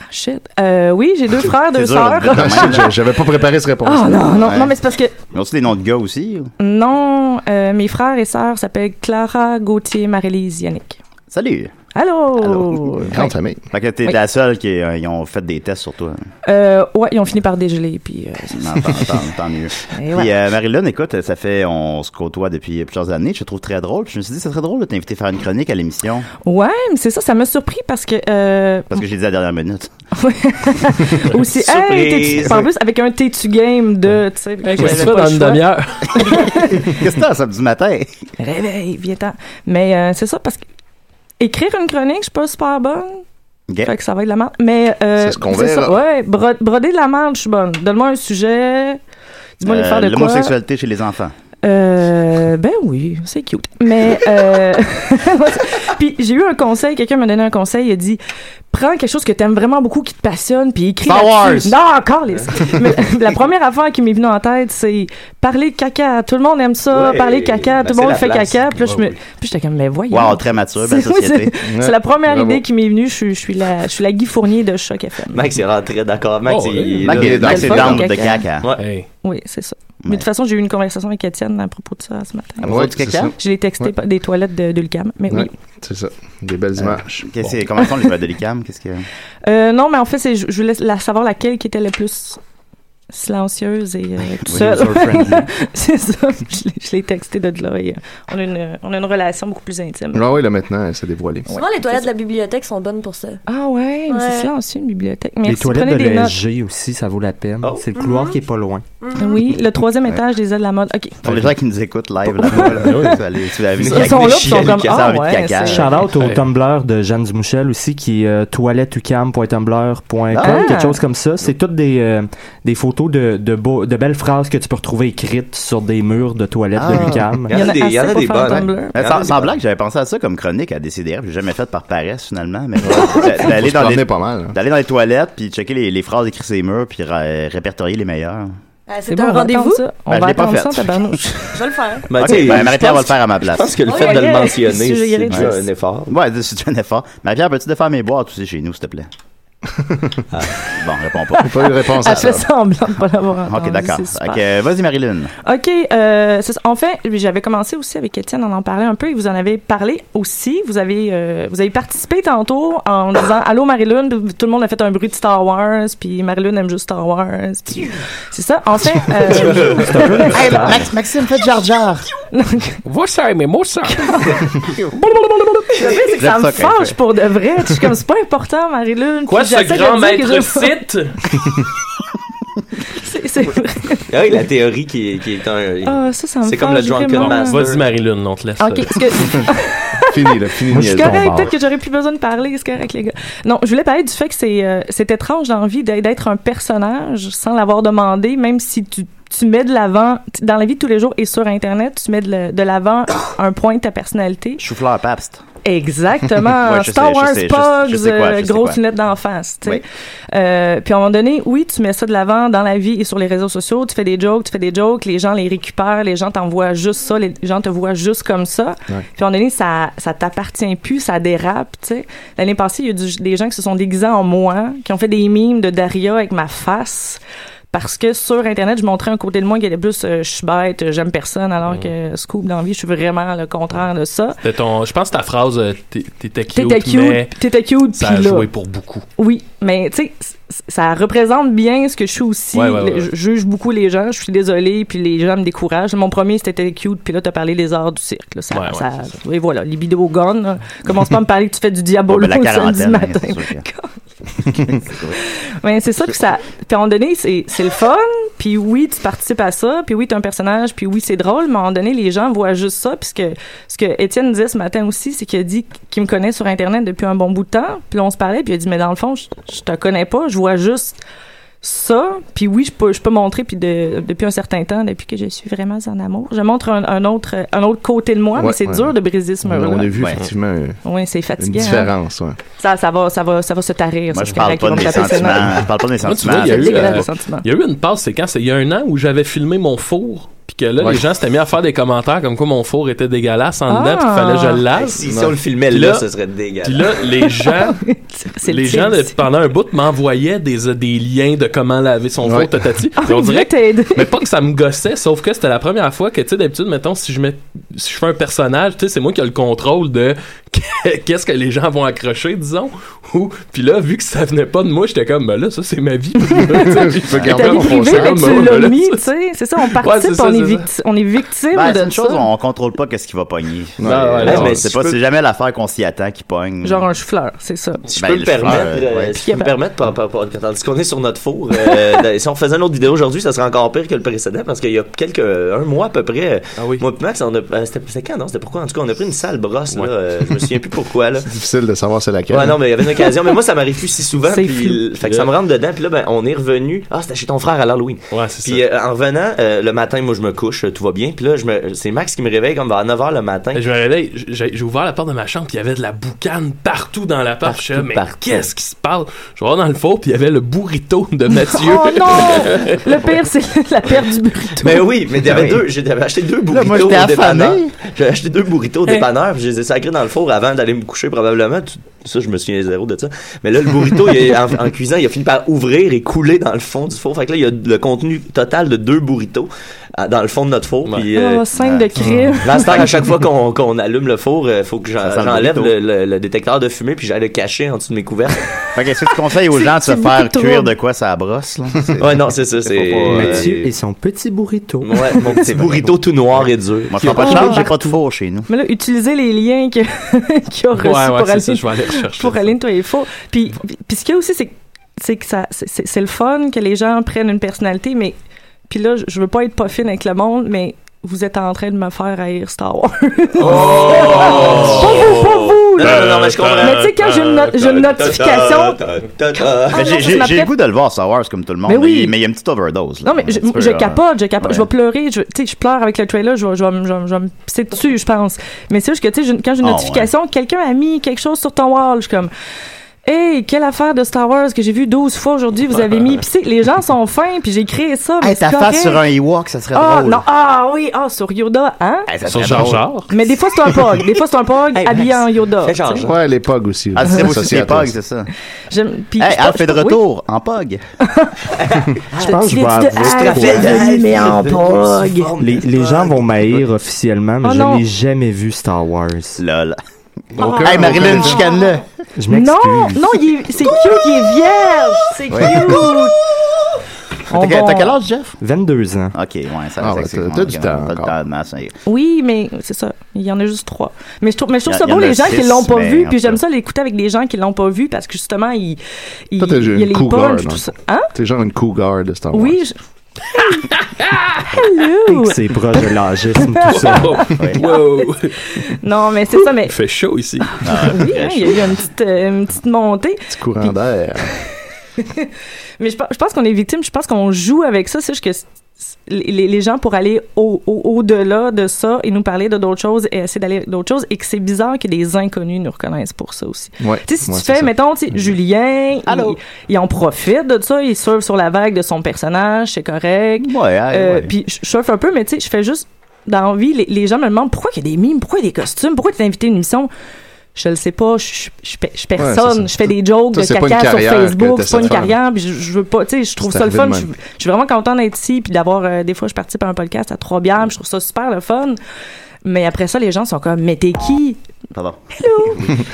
S13: Ah, shit. Euh, oui, j'ai deux frères, deux
S8: C'est dur de
S13: sœurs.
S8: le dire de même.
S11: Je- J'avais pas préparé cette réponse.
S13: Ah non, non, non, mais c'est parce que.
S8: Ils ont-tu des noms de gars aussi? ou?
S13: Non, euh, mes frères et sœurs s'appellent Clara, Gauthier, Marie-Lise, Yannick.
S8: Salut!
S13: Allô!
S11: Grande famille.
S8: Euh, Fait que t'es
S13: Oui.
S8: la seule qui euh, ils ont fait des tests sur toi.
S13: Euh, ouais, ils ont fini par dégeler, puis. euh,
S8: Non, tant, tant- tant mieux. Puis
S13: ouais.
S8: euh, Marie-Lune, écoute, ça fait, on se côtoie depuis plusieurs années, je te trouve très drôle. Puis je me suis dit, c'est très drôle de t'inviter à faire une chronique à l'émission,
S13: Ouais, mais c'est ça, ça m'a surpris parce que. euh,
S8: parce que j'ai dit à la dernière minute.
S13: Ou c'est. Hey, t'es-tu- en plus, avec un t'es-tu game de. tu sais, j'avais
S8: qu'est-ce que tu
S13: pas
S8: fais dans
S13: le
S8: une
S13: choix.
S8: demi-heure? Qu'est-ce que t'as, samedi matin?
S13: Réveille, viens-t'en. Mais euh, c'est ça, parce que écrire une chronique, je suis pas super bonne.
S8: Ok.
S13: Fait que ça va être de la merde. Mais. euh,
S8: C'est ce qu'on
S13: ça.
S8: verra.
S13: Ouais, bro- broder de la merde, je suis bonne. Donne-moi un sujet. Dis-moi les
S8: Euh,
S13: faire de quoi.
S8: L'homosexualité chez les enfants.
S13: Euh, ben oui, c'est cute. Mais euh, puis j'ai eu un conseil, quelqu'un m'a donné un conseil, il a dit prends quelque chose que t'aimes vraiment beaucoup, qui te passionne, puis écris
S14: Star
S13: là-dessus.
S14: Wars.
S13: Non, encore les. Mais la première affaire qui m'est venue en tête, c'est parler de caca. Tout le monde aime ça,
S8: Ouais,
S13: parler de caca.
S8: ben
S13: Tout le
S8: c'est
S13: monde
S8: la
S13: fait
S8: place.
S13: caca. Puis là, je
S8: Ouais,
S13: me, puis j'étais comme mais voyons.
S8: Wow, très mature, belle
S13: C'est- oui,
S8: société.
S13: c'est- C'est la première idée qui m'est venue. Je, suis- je suis la, je suis la Guy Fournier de choc FM.
S9: Max est rentré d'accord. Max,
S13: Oh,
S9: il-
S13: oui.
S9: il-
S13: Max, il est- Max est down
S9: Ouais.
S13: de caca.
S9: Ouais.
S13: Oui, c'est ça. Mais de toute façon, j'ai eu une conversation avec Étienne à propos de ça ce matin.
S8: À propos Ah Ouais, du caca? c'est ça.
S13: Je l'ai texté
S8: Ouais.
S13: par- des toilettes de, de l'UQAM, mais
S8: Ouais.
S13: oui.
S11: C'est ça. Des belles
S8: images. Qu'est-ce que- Comment sont les images de l'ICAM? Qu'est-ce que...
S13: Euh, non, mais en fait, c'est, je je voulais la, savoir laquelle qui était le plus silencieuse et euh, tout
S8: Oui,
S13: seul.
S8: user-friendly.
S13: c'est ça. Je l'ai, je l'ai texté de là. et, euh, on, a une, on a une relation beaucoup plus intime.
S11: Ah oui, là maintenant, elle s'est dévoilée.
S15: Souvent, les toilettes de la bibliothèque sont bonnes pour ça.
S13: Ah ouais, mais c'est silencieux une bibliothèque. Merci.
S12: Les toilettes
S13: Prenez
S12: de
S13: des notes. Mm-hmm.
S12: l'ESG aussi, ça vaut la peine.
S8: Oh.
S12: C'est le couloir qui est pas loin.
S13: Oui, le troisième étage des ailes de la mode. OK.
S8: Pour les gens qui nous écoutent live là-bas, là, vous allez- tu l'as vu,
S13: Ils
S8: ça, avec
S13: sont
S8: des
S13: là,
S8: chiens,
S13: ils sont comme,
S8: qui ont
S13: ah,
S8: envie de
S13: ouais,
S8: caca.
S12: Shout-out au
S8: Ouais.
S12: Tumblr de Jeanne Dumouchel aussi, qui est euh, toilettetucam.tumblr.com,
S8: Ah!
S12: quelque chose comme ça. C'est toutes des, euh, des photos de, de, beaux- de belles phrases que tu peux retrouver écrites sur des murs de toilettes
S8: Ah!
S12: de l'UCAM.
S9: hein.
S8: Mais Sans, sans blague, j'avais pensé à ça comme chronique à DCDR, j'ai jamais fait par paresse finalement, mais
S11: Faut
S8: d'aller
S11: se
S8: dans
S11: promener
S8: les
S11: pas mal, hein.
S8: d'aller dans les toilettes puis checker les, les phrases écrites sur les murs puis ra- répertorier les meilleures.
S15: Ah, c'est
S13: bon, on
S15: un
S13: va
S15: rendez-vous?
S13: attendre ça. On
S8: Ben, je
S13: va
S8: l'ai pas
S13: attendre
S8: fait.
S13: ça, tabarnouche.
S15: Je vais le faire.
S8: Ben,
S9: Ben,
S8: ok,
S9: tu sais,
S8: ben,
S9: je
S8: Marie-Pierre va
S9: pense-
S8: le faire à ma
S9: je
S8: place.
S9: pense
S11: Oh,
S9: que le fait de le mentionner, c'est déjà un effort.
S8: Ouais, c'est déjà un effort. Marie-Pierre, peux-tu te faire mes boîtes aussi chez nous, s'il te plaît? Ah, Bon, réponds pas.
S11: Pas eu de réponse
S13: Elle fait semblant de pas l'avoir entendu.
S9: Ah,
S8: Ok, d'accord.
S13: c'est super.
S8: Ok, vas-y, Marilyn.
S13: OK. euh, c'est ça. en fait, j'avais commencé aussi avec Étienne, on en parlait un peu et vous en avez parlé aussi. Vous avez, euh, vous avez participé tantôt en disant Allô Marilyn, puis tout le monde a fait un bruit de Star Wars, puis Marilyn aime juste Star Wars. puis C'est ça. En fait. euh,
S14: Hey, Max-
S13: Maxime, fait Jar Jar.
S14: Va ça, mais moi ça.
S13: Le pire, c'est que ça
S14: J'aime
S13: me
S14: ça quand il
S13: fâche
S14: fait.
S13: pour de vrai. Je suis comme, c'est pas important, Marilyn.
S14: Quoi,
S13: Puis
S14: ce
S13: j'essaie de
S14: grand
S13: dire que
S14: maître
S13: je-
S14: site?
S13: C'est- c'est vrai.
S9: Ah oui, la théorie qui est, qui est un.
S13: Ah, ça, ça me
S9: C'est comme le
S13: fâche
S9: Drunken
S13: vraiment.
S9: Master.
S10: Vas-y, Marilyn, on te laisse. euh,
S13: Ok, parce que-
S11: fini, là, fini.
S13: C'est
S8: bah
S13: correct, peut-être que j'aurais plus besoin de parler, c'est correct, les gars. Non, je voulais parler du fait que c'est euh, c'est étrange d'envie d'être un personnage sans l'avoir demandé, même si tu, tu mets de l'avant, t- dans la vie de tous les jours et sur Internet, tu mets de le- de l'avant un point de ta personnalité.
S8: Chou-fleur Pabst.
S13: Exactement.
S8: Ouais, je sais,
S13: Star
S8: je
S13: Wars
S8: sais, je sais, je
S13: Pogs,
S8: sais quoi, je
S13: euh,
S8: sais
S13: grosses
S8: quoi.
S13: lunettes d'en face. tu sais. Euh, puis à un moment donné, oui, tu mets ça de l'avant dans la vie et sur les réseaux sociaux. Tu fais des jokes, tu fais des jokes, les gens les récupèrent, les gens t'envoient juste ça, les gens te voient juste comme ça.
S14: Ouais.
S13: Puis à un moment donné, ça, ça t'appartient plus, ça dérape. tu sais. L'année passée, il y a du- des gens qui se sont déguisés en moi, qui ont fait des mimes de Daria avec ma face. Parce que sur Internet, je montrais un côté de moi qui était plus euh, je suis bête, euh, j'aime personne, alors que euh, Scoop dans la vie, je suis vraiment le contraire de ça.
S10: C'était ton- Je pense que ta phrase, euh, t'es- t'étais cute,
S13: T'étais
S10: mais
S13: cute, t'étais cute,
S10: ça a
S13: puis là.
S10: joué pour beaucoup.
S13: Oui, mais tu sais, c- c- ça représente bien ce que je suis aussi.
S10: Ouais, ouais, ouais,
S13: Le- Je
S10: ouais.
S13: juge beaucoup les gens, je suis désolée, puis les gens me découragent. Mon premier, c'était cute, puis là, t'as parlé des arts du cirque. là. Ça,
S14: ouais,
S13: ça- et voilà, les vidéos gone. là. Commence pas à me parler que tu fais du diabolo
S14: Ouais, ben,
S13: le
S14: la
S13: samedi
S14: quarantaine, hein,
S13: matin.
S14: c'est sûr
S13: Mais c'est ça que ça. Puis à un moment donné, c'est c'est le fun. Puis oui, tu participes à ça. Puis oui, t'es un personnage. Puis oui, c'est drôle. Mais à un moment donné, les gens voient juste ça. Puis ce que, ce que Étienne disait ce matin aussi, c'est qu'il a dit qu'il me connaît sur Internet depuis un bon bout de temps. Puis là, on se parlait. Puis il a dit, mais dans le fond, je, je te connais pas. Je vois juste ça. Puis oui, je peux, je peux montrer. Puis de- depuis un certain temps, depuis que je suis vraiment en amour, je montre un, un autre, un autre côté de moi. mais
S11: Ouais,
S13: c'est
S11: ouais.
S13: dur de briser ce
S11: On,
S13: mur-là.
S11: on a vu effectivement euh,
S13: Oui, c'est
S11: une
S13: fatigant. hein.
S11: différence. Ouais.
S13: Ça, ça va, ça va, ça va se tarir. ça,
S8: Moi, je
S13: c'est
S8: parle
S13: correct,
S8: pas
S13: ils vont
S8: de
S13: me
S8: mes
S13: taper ses
S8: sentiments.
S13: nerfs.
S8: Je parle pas de
S10: Moi,
S8: mes
S10: tu vois,
S8: sentiments.
S10: il y a eu,
S13: dégueulasse,
S10: euh,
S13: les sentiments.
S10: il y a eu une passe, c'est quand? C'est il y a un an où j'avais filmé mon four. Puis que là,
S9: Ouais.
S10: les gens s'étaient mis à faire des commentaires comme quoi mon four était dégueulasse en
S9: Ah.
S10: dedans, puis il fallait que je le
S8: Ah,
S10: lave.
S9: Hey, si- si on le filmait
S10: Puis
S9: là, ce serait dégueulasse.
S10: Puis là, les gens,
S9: c'est
S10: les
S9: le
S10: gens
S9: tips.
S10: pendant un bout, m'envoyaient des, euh, des liens de comment laver son four, tatati.
S13: Ah,
S10: Puis on
S13: il voulait
S10: dirait
S13: t'aider.
S10: mais pas que ça me gossait, sauf que c'était la première fois que, tu sais, d'habitude, mettons, si je, mets, si je fais un personnage, tu sais, c'est moi qui ai le contrôle de qu'est-ce que les gens vont accrocher, disons. Ou, puis là, vu que ça venait pas de moi, j'étais comme, ben là, ça, c'est ma vie. Tu sais, j'ai fait
S13: T'as
S10: garder
S13: vie
S10: mon
S13: privée,
S10: concept,
S13: mais tu
S10: moi,
S13: l'as
S10: là.
S13: mis, tu sais. C'est ça, on participe,
S10: c'est ça,
S13: on, est
S10: c'est ça.
S13: victi- on est victime
S8: Ben,
S13: de
S8: c'est une chose,
S13: ça.
S8: on contrôle pas qu'est-ce qui va pogner. ben,
S9: Non, ouais, non, mais
S8: c'est
S9: si
S8: pas,
S9: je peux-
S8: c'est jamais l'affaire qu'on s'y attend qui pogne.
S13: Genre un chou-fleur, c'est ça.
S9: Si je
S8: Ben,
S9: peux me
S8: le chauffeur,
S9: permettre, euh,
S8: ouais.
S9: si je peux me permettre, par- par- par- tandis qu'on est sur notre four, euh, de- si on
S10: Ah
S9: faisait une autre vidéo aujourd'hui, ça serait encore pire que le précédent parce qu'il y a quelques, un mois à peu près, moi et Max, on a, euh, c'était c'était quand, non? C'était pourquoi? En tout cas, on a pris une sale brosse, là. euh, je me souviens plus pourquoi, là.
S11: C'est difficile de savoir c'est laquelle.
S9: Ouais, non, mais il y avait une occasion. mais moi, ça m'arrive plus si souvent.
S11: C'est
S9: Puis,
S11: flou.
S9: l- fait que ça me rentre dedans. Puis là, ben, on est revenu. Ah, c'était chez ton frère à l'Halloween. Ouais, c'est Puis euh, en revenant, euh, le matin, moi, je me couche, euh, tout va bien. Puis là, je me... c'est Max qui me réveille comme à 9h le matin.
S10: Je me réveille, j'ai j'ai ouvert la porte de ma chambre, puis il y avait de la boucane partout dans la porte. Je suis là, mais
S9: partout.
S10: qu'est-ce qui se passe? Je vois dans le four, puis il y avait le burrito de Mathieu.
S13: Oh non! Le pire, c'est la perte du bruit.
S9: Mais oui, mais j'avais
S13: Oui.
S9: deux, j'avais acheté deux burritos
S13: moi, j'étais
S9: au dépanneur.
S13: affamé.
S9: J'avais acheté deux burritos au
S13: Hein.
S9: dépanneur, puis je les ai sacrés dans le four avant d'aller me coucher probablement. Tout- Ça, je me souviens zéro de ça. Mais là, le burrito, il a- en, en cuisant, il a fini par ouvrir et couler dans le fond du four. Fait que là, il y a le contenu total de deux burritos euh, dans le fond de notre four. Puis, euh,
S13: Oh, scène
S10: Ah,
S13: de crime.
S9: Là, à cette heure, à chaque fois qu'on qu'on allume le four, il faut que j'en-
S8: Ça sent le
S9: j'enlève le,
S8: burrito.
S9: le- le détecteur de fumée puis j'aille le cacher en dessous de mes couvertes.
S8: Fait que ce que tu conseilles aux gens de se faire cuire de quoi ça brosse, là?
S9: Ouais, non, c'est ça, c'est.
S8: euh,
S12: Mathieu et son petit burrito.
S9: Ouais, mon petit burrito tout noir et dur.
S8: Moi, je prends pas
S13: Oh,
S8: de chance, j'ai pas de four chez nous.
S13: Mais là, utiliser les liens que- qu'il a reçus
S8: Ouais, ouais,
S13: pour,
S8: c'est
S13: aller,
S8: ça, je vais aller rechercher
S13: pour
S8: ça.
S13: aller nettoyer les faux. Puis, puis- puis ce qu'il y a aussi, c'est que c'est que ça c'est- c'est c'est le fun que les gens prennent une personnalité, mais puis là, je- je veux pas être pas fine avec le monde, mais vous êtes en train de me faire haïr Star Wars.
S11: Oh!
S13: pas vous, pas vous! là.
S8: Non,
S9: Euh,
S8: non, non, mais je comprends.
S13: Mais tu sais, quand j'ai une, no- j'ai une notification,
S8: Mais j'ai-
S13: non, ça
S8: j'ai j'ai
S13: m'appelle.
S8: le goût de le voir, Star Wars, comme tout le monde.
S13: Mais
S8: Mais
S13: oui.
S8: il- mais il y a une petite overdose. là.
S13: Non, mais je,
S8: Un petit peu,
S13: je
S8: euh,
S13: capote, je capote, je vais pleurer, je, tu sais, je pleure avec le trailer, je vais, je vais, me- je vais me- je vais me pisser dessus, je pense. Mais c'est juste que, tu sais, j'ai- quand j'ai une
S8: Ah,
S13: notification, quelqu'un a mis quelque chose sur ton wall, je suis comme, hey, quelle affaire de Star Wars que j'ai vu 12 fois aujourd'hui, vous avez mis, puis tu sais, les gens sont fins, puis j'ai créé ça, mais
S8: Hey, ta
S13: c'est
S8: face
S13: correct.
S8: sur un Ewok, ça serait
S13: Ah,
S8: drôle.
S13: non, ah oui, ah, sur Yoda, hein?
S8: Hey, ça serait Sur Jar drôle. Jar.
S13: Mais des fois, c'est un pog, des fois, c'est un pog
S8: Hey,
S13: habillé
S8: Max,
S13: en Yoda.
S8: fais Jar
S13: tu sais.
S11: Ouais, les pogs aussi.
S8: Ah, c'est
S11: là,
S8: aussi
S11: associé
S8: des
S11: à toi
S8: pogs,
S11: aussi.
S8: c'est ça.
S13: J'aime- puis
S8: Hey,
S13: je-
S8: Alf
S13: je-
S8: est de
S13: oui.
S8: retour, en pog.
S12: Je pense que Ah, je vais
S13: mais en
S8: pog.
S12: Les, les gens vont m'haïr officiellement, mais
S13: Oh
S12: je
S13: non.
S12: n'ai jamais vu Star Wars. Ah,
S8: Lol.
S13: Aucun- Hey, Marilyn, aucun.
S8: chicane-le.
S12: Je m'excuse.
S13: Non, non, il est- c'est cute, il est vierge, c'est
S12: Ouais.
S13: cute. On va-
S8: âge, Jeff?
S12: 22 ans.
S8: OK, ouais, ça
S12: Ah,
S8: ça-
S12: ouais,
S8: c'est-
S12: t'as-
S8: on-
S12: t'as du
S8: on-
S12: temps
S8: T'as du
S12: encore.
S8: temps, mais ça-
S13: Oui, mais c'est ça. Il y en a juste trois. Mais je trouve, mais je trouve
S8: Il y
S13: ça
S8: en- il y
S13: beau
S8: en a
S13: les gens qui
S8: six,
S13: l'ont pas
S8: mais
S13: vu.
S8: en
S13: Puis
S8: tout
S13: j'aime ça l'écouter avec des gens qui l'ont pas vu parce que justement, ils. ils-
S11: Toi, t'es
S13: il y a
S11: une
S13: les
S11: cougar.
S13: punchs,
S11: donc.
S13: tout ça. Hein?
S11: T'es genre une cougar de Star Wars.
S13: Oui. je- Hello!
S12: C'est proche de l'âgisme, tout ça.
S10: Oh, Wow.
S13: Non, mais c'est ça, mais.
S10: Il fait chaud ici.
S9: Ah,
S13: Oui, hein, il y a eu une petite, euh, une petite montée.
S11: Courant d'air.
S13: Mais je, pe- je pense qu'on est victime, je pense qu'on joue avec ça. C'est juste que c- c- les, les gens, pour aller au- au- au-delà de ça et nous parler de d'autres choses et essayer d'aller d'autres choses, et que c'est bizarre que des inconnus nous reconnaissent pour ça aussi.
S11: Ouais.
S13: Tu sais, si
S11: Ouais,
S13: tu
S11: c'est
S13: fais,
S11: ça. Mm-hmm.
S13: mettons, tu sais, Julien, il, il en profite de ça, il surfe sur la vague de son personnage, c'est correct.
S8: Ouais,
S13: Euh,
S8: ouais.
S13: Puis je je surfe un peu, mais tu sais, je fais juste dans la vie, les, les gens me demandent pourquoi il y a des mimes, pourquoi il y a des costumes, pourquoi tu es invité à une émission. Je le sais pas, je suis je suis pe- je suis
S11: Ouais, c'est
S13: personne,
S11: ça.
S13: je fais des jokes
S11: Toi,
S13: de
S11: c'est pas une
S13: caca sur
S11: carrière que
S13: Facebook, c'est pas
S11: t'essaies de
S13: une
S11: faire.
S13: carrière, puis je, je veux pas, tu sais, je trouve
S11: C'est
S13: ça le
S11: arrivé
S13: fun,
S11: de
S13: je,
S11: même.
S13: je suis vraiment content d'être ici, puis d'avoir euh, des fois je participe à un podcast à trois bières, puis je trouve ça super le fun. Mais après ça, les gens sont comme, mais t'es qui?
S8: Pardon.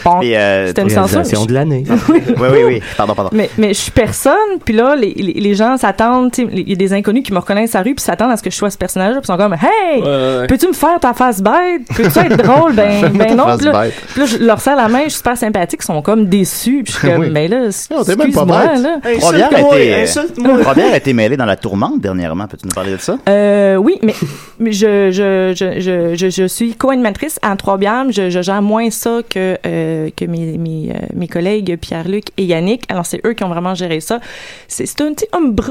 S13: Bon,
S8: Et, euh,
S13: C'était une censure.
S12: Réalisation de l'année.
S8: oui, oui, oui. Pardon, pardon.
S13: Mais, mais je suis personne, puis là, les, les, les gens s'attendent, tu sais, il y a des inconnus qui me reconnaissent à la rue, puis s'attendent à ce que je sois ce personnage-là, puis ils sont comme, hey,
S10: Ouais, ouais, ouais.
S13: peux-tu me faire ta face bête? Peux-tu être drôle? Ben,
S11: Fais-moi
S13: ben
S11: ta
S13: non.
S11: face
S13: Puis là,
S11: bête.
S13: puis là, je leur serre la main, je suis super sympathique, ils sont comme déçus, puis je suis comme,
S11: Oui.
S13: mais là,
S11: Non, t'es même pas
S13: excuse-moi,
S11: bête.
S13: là.
S8: Première a été- Première a été mêlée dans la tourmente dernièrement. Peux-tu nous parler de ça?
S13: Euh, oui, mais mais je, je, je, je, je, je suis co-animatrice en Trois-Bières. mais Je, je gère moins ça que, euh, que mes, mes, euh, mes collègues Pierre-Luc et Yannick. Alors, c'est eux qui ont vraiment géré ça. C'est c'est un petit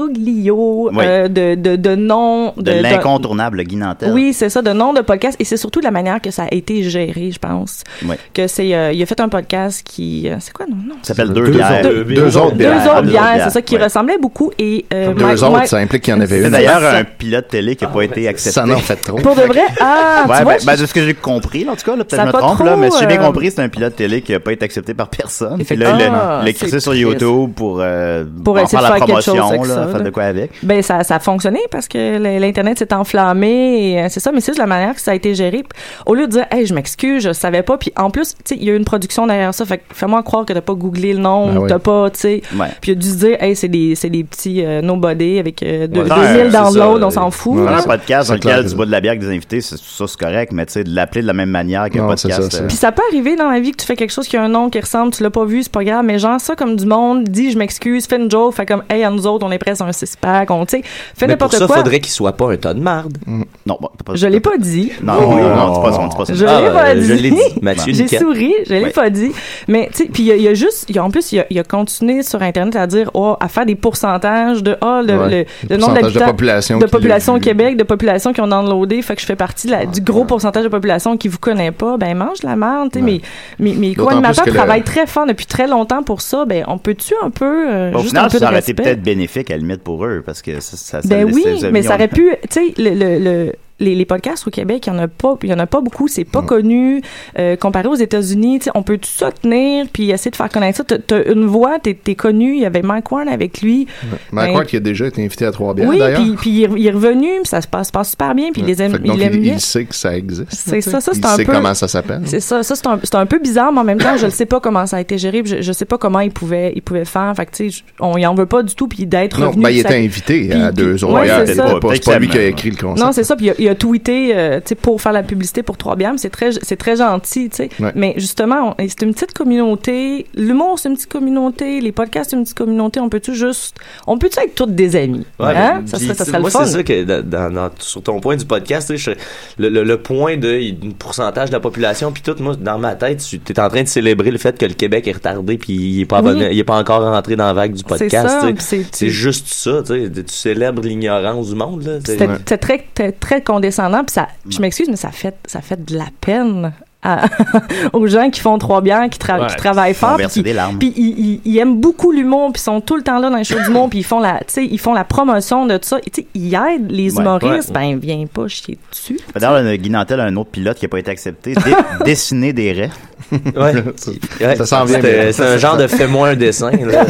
S13: imbroglio
S8: Oui.
S13: euh, de, de, de noms.
S8: De l'incontournable Guy Nantel.
S13: Oui, c'est ça, de nom de podcast. Et c'est surtout de la manière que ça a été géré, je pense.
S8: Oui.
S13: Que c'est, euh, il a fait un podcast qui, euh, c'est quoi, non, non?
S8: Ça s'appelle Deux bières.
S11: Deux- deux autres
S13: Deux
S11: bières.
S13: autres
S8: Deux
S13: bières,
S8: bières,
S13: c'est ça, qui ressemblait beaucoup. Et, euh,
S11: Deux
S13: Mike-
S11: autres,
S13: Mike-
S11: ça implique qu'il y en avait
S8: C'est
S11: une. Ah.
S8: d'ailleurs un pilote télé qui n'a pas été accepté.
S11: Ça n'en fait trop.
S13: Pour de vrai? Ah,
S8: ouais,
S13: tu vois,
S8: ben, ben, de ce que j'ai compris, là, en tout cas, là,
S13: Ça
S8: peut-être je me
S13: a pas
S8: trompe, là,
S13: trop,
S8: mais si j'ai bien
S13: euh,
S8: compris, c'est un pilote télé qui n'a pas été accepté par personne. Puis là, il
S13: Ah,
S8: l'a- il l'a crissé
S13: c'est
S8: sur
S13: triste.
S8: YouTube pour, euh,
S13: Pour
S8: en
S13: essayer
S8: faire
S13: de
S8: la
S13: faire quelque
S8: promotion,
S13: chose avec
S8: là,
S13: ça,
S8: faire
S13: là.
S8: de quoi avec.
S13: Ben, ça, ça a fonctionné parce que le- l'Internet s'est enflammé. et, euh, c'est ça, mais c'est juste la manière que ça a été géré. Puis, Au lieu de dire, hey, je m'excuse, je savais pas. Puis en plus, tu sais, il y a une production derrière ça. Fait que fais-moi croire que t'as pas googlé le nom,
S8: Ben oui.
S13: t'as pas, tu sais.
S8: Ouais.
S13: Puis il a dû se dire, hey, c'est des, c'est des petits euh, nobody avec euh, deux-
S8: Ouais.
S13: 2000
S8: Ouais, c'est
S13: downloads,
S8: ça. euh,
S13: on s'en fout.
S8: Dans
S13: là.
S8: un podcast dans
S11: euh, C'est clair que
S8: lequel tu
S11: ça.
S8: bois de la bière avec des invités, c'est- ça, c'est correct, mais tu sais, de l'appeler de la même manière qu'un
S11: Non, c'est
S8: podcast.
S11: ça, c'est-
S8: euh,
S13: Puis ça peut arriver dans la vie que tu fais quelque chose qui a un nom qui ressemble, tu l'as pas vu, c'est pas grave, mais genre ça comme du monde, dis je m'excuse, fais une joke, fait comme hey à nous autres on est presque un six pack, on tu sais, fais
S9: Mais pour
S13: n'importe
S9: ça,
S13: quoi.
S9: faudrait qu'il soit pas un tas de marde.
S8: Mm. Non,
S13: Je l'ai pas dit.
S8: Non, non, non, dis pas ça, dis pas ça.
S13: Je l'ai
S9: Ah,
S13: pas
S9: euh,
S13: dit.
S9: je l'ai dit. Mathieu
S13: J'ai
S9: Niquette.
S13: souri, je l'ai
S9: Ouais.
S13: pas dit. Mais tu sais, puis il y a- il y, a juste, il y a- en plus, il y a, il y a continué sur Internet à dire, oh, à faire des pourcentages de, oh, le,
S11: Ouais.
S13: le-
S11: Le
S13: le nombre
S11: pourcentage de
S13: d'habitants
S11: population
S13: de
S11: qui l'a
S13: population au
S11: vu.
S13: Québec, de population qui ont downloadé, fait que je fais partie de la- du gros pourcentage de population qui vous connaît pas. Ben mange de la merde, tu sais. Mais mais mais
S8: D'autant
S13: quoi, le
S8: plus que le-
S13: travaille très fort depuis très longtemps pour ça. Ben on peut-tu un peu euh,
S8: Au
S13: juste
S8: final,
S13: un peu de
S8: ça aurait été
S13: respect?
S8: peut-être bénéfique à la limite pour eux parce que ça, ça, ça
S13: Ben
S8: les-
S13: oui,
S8: les a
S13: mais
S8: mis
S13: ça
S8: en-
S13: aurait pu, tu sais, le, le- le- les, les podcasts au Québec, il y en a pas, il y en a pas beaucoup, c'est pas connu Euh, comparé aux États-Unis. tu sais, On peut tout ça tenir puis essayer de faire connaître ça. T'as- T'as une voix, t'es t'es connu. Il y avait Mike Warren avec lui.
S11: Mike
S13: Ben,
S11: Ward qui a déjà été invité à Trois-Bières,
S13: Oui,
S11: d'ailleurs.
S13: puis, puis il est- il est revenu, puis ça se passe, passe super bien, puis il les aime,
S11: Fait que donc,
S13: il aime
S11: il,
S13: bien.
S11: il sait que ça existe.
S13: C'est ça, ça, c'est
S11: Il
S13: un
S11: sait
S13: peu-
S11: comment ça s'appelle.
S13: C'est ça, ça c'est un, c'est un peu bizarre, mais en même temps, je ne sais pas comment ça a été géré, puis je, je sais pas comment ils pouvaient, ils pouvaient faire. Fait que, tu sais, je- on y en veut pas du tout, puis d'être
S11: Non,
S13: revenu,
S11: ben,
S13: puis
S11: il
S13: ça-
S11: était invité à
S13: puis-
S11: deux
S13: ouais,
S11: autres. bières.
S13: c'est
S11: C'est
S13: ça.
S11: pas, c'est pas lui qui a
S13: Exactement.
S11: écrit le concept.
S13: Non, c'est ça. Puis il a, il a tweeté euh, tu sais, pour faire la publicité pour Trois Bières. mais C'est très, c'est très gentil. tu sais.
S11: Ouais.
S13: Mais justement, on- c'est une petite communauté. L'humour, c'est une petite communauté. Les podcasts, c'est une petite communauté. On peut-tu juste. On peut-tu être toutes des amis?
S9: Ouais,
S13: hein?
S9: mais-
S13: Ça
S9: puis,
S13: serait, ça
S9: tu-
S13: serait
S9: moi,
S13: le fun.
S9: c'est ça que dans- dans- dans- sur ton point du podcast, tu sais, je- le, le- le point de il- pourcentage de la population, puis tout, moi, dans ma tête, tu es en train de célébrer le fait que le Québec est retardé, puis il est pas,
S13: Oui.
S9: abonné- il est pas encore rentré dans la vague du
S13: C'est
S9: podcast.
S13: ça,
S9: tu sais.
S13: puis c'est-
S9: C'est juste ça, tu sais, tu célèbres l'ignorance du monde. là, tu sais.
S13: C'était c'était très, très, très condescendant. Puis ça, je m'excuse, mais ça fait, ça fait de la peine à- aux gens qui font trois bières, qui, tra-
S8: Ouais.
S13: qui travaillent
S8: Ils ont
S13: fort.
S8: versé
S13: puis-
S8: des larmes.
S13: Puis ils, ils- ils aiment beaucoup l'humour, puis ils sont tout le temps là dans les shows d'humour, puis ils font la, tu sais, ils font la promotion de tout ça. Et tu sais, ils aident les
S8: Ouais.
S13: humoristes.
S8: Ouais.
S13: Ben, viens pas chier dessus.
S8: D'ailleurs, le Guy Nantel a un autre pilote qui n'a pas été accepté. Dé- dessiner des raies.
S9: Ouais.
S8: Ça s'en vient,
S9: C'était-
S8: mais-
S9: C'est un genre de fais-moi un dessin. là.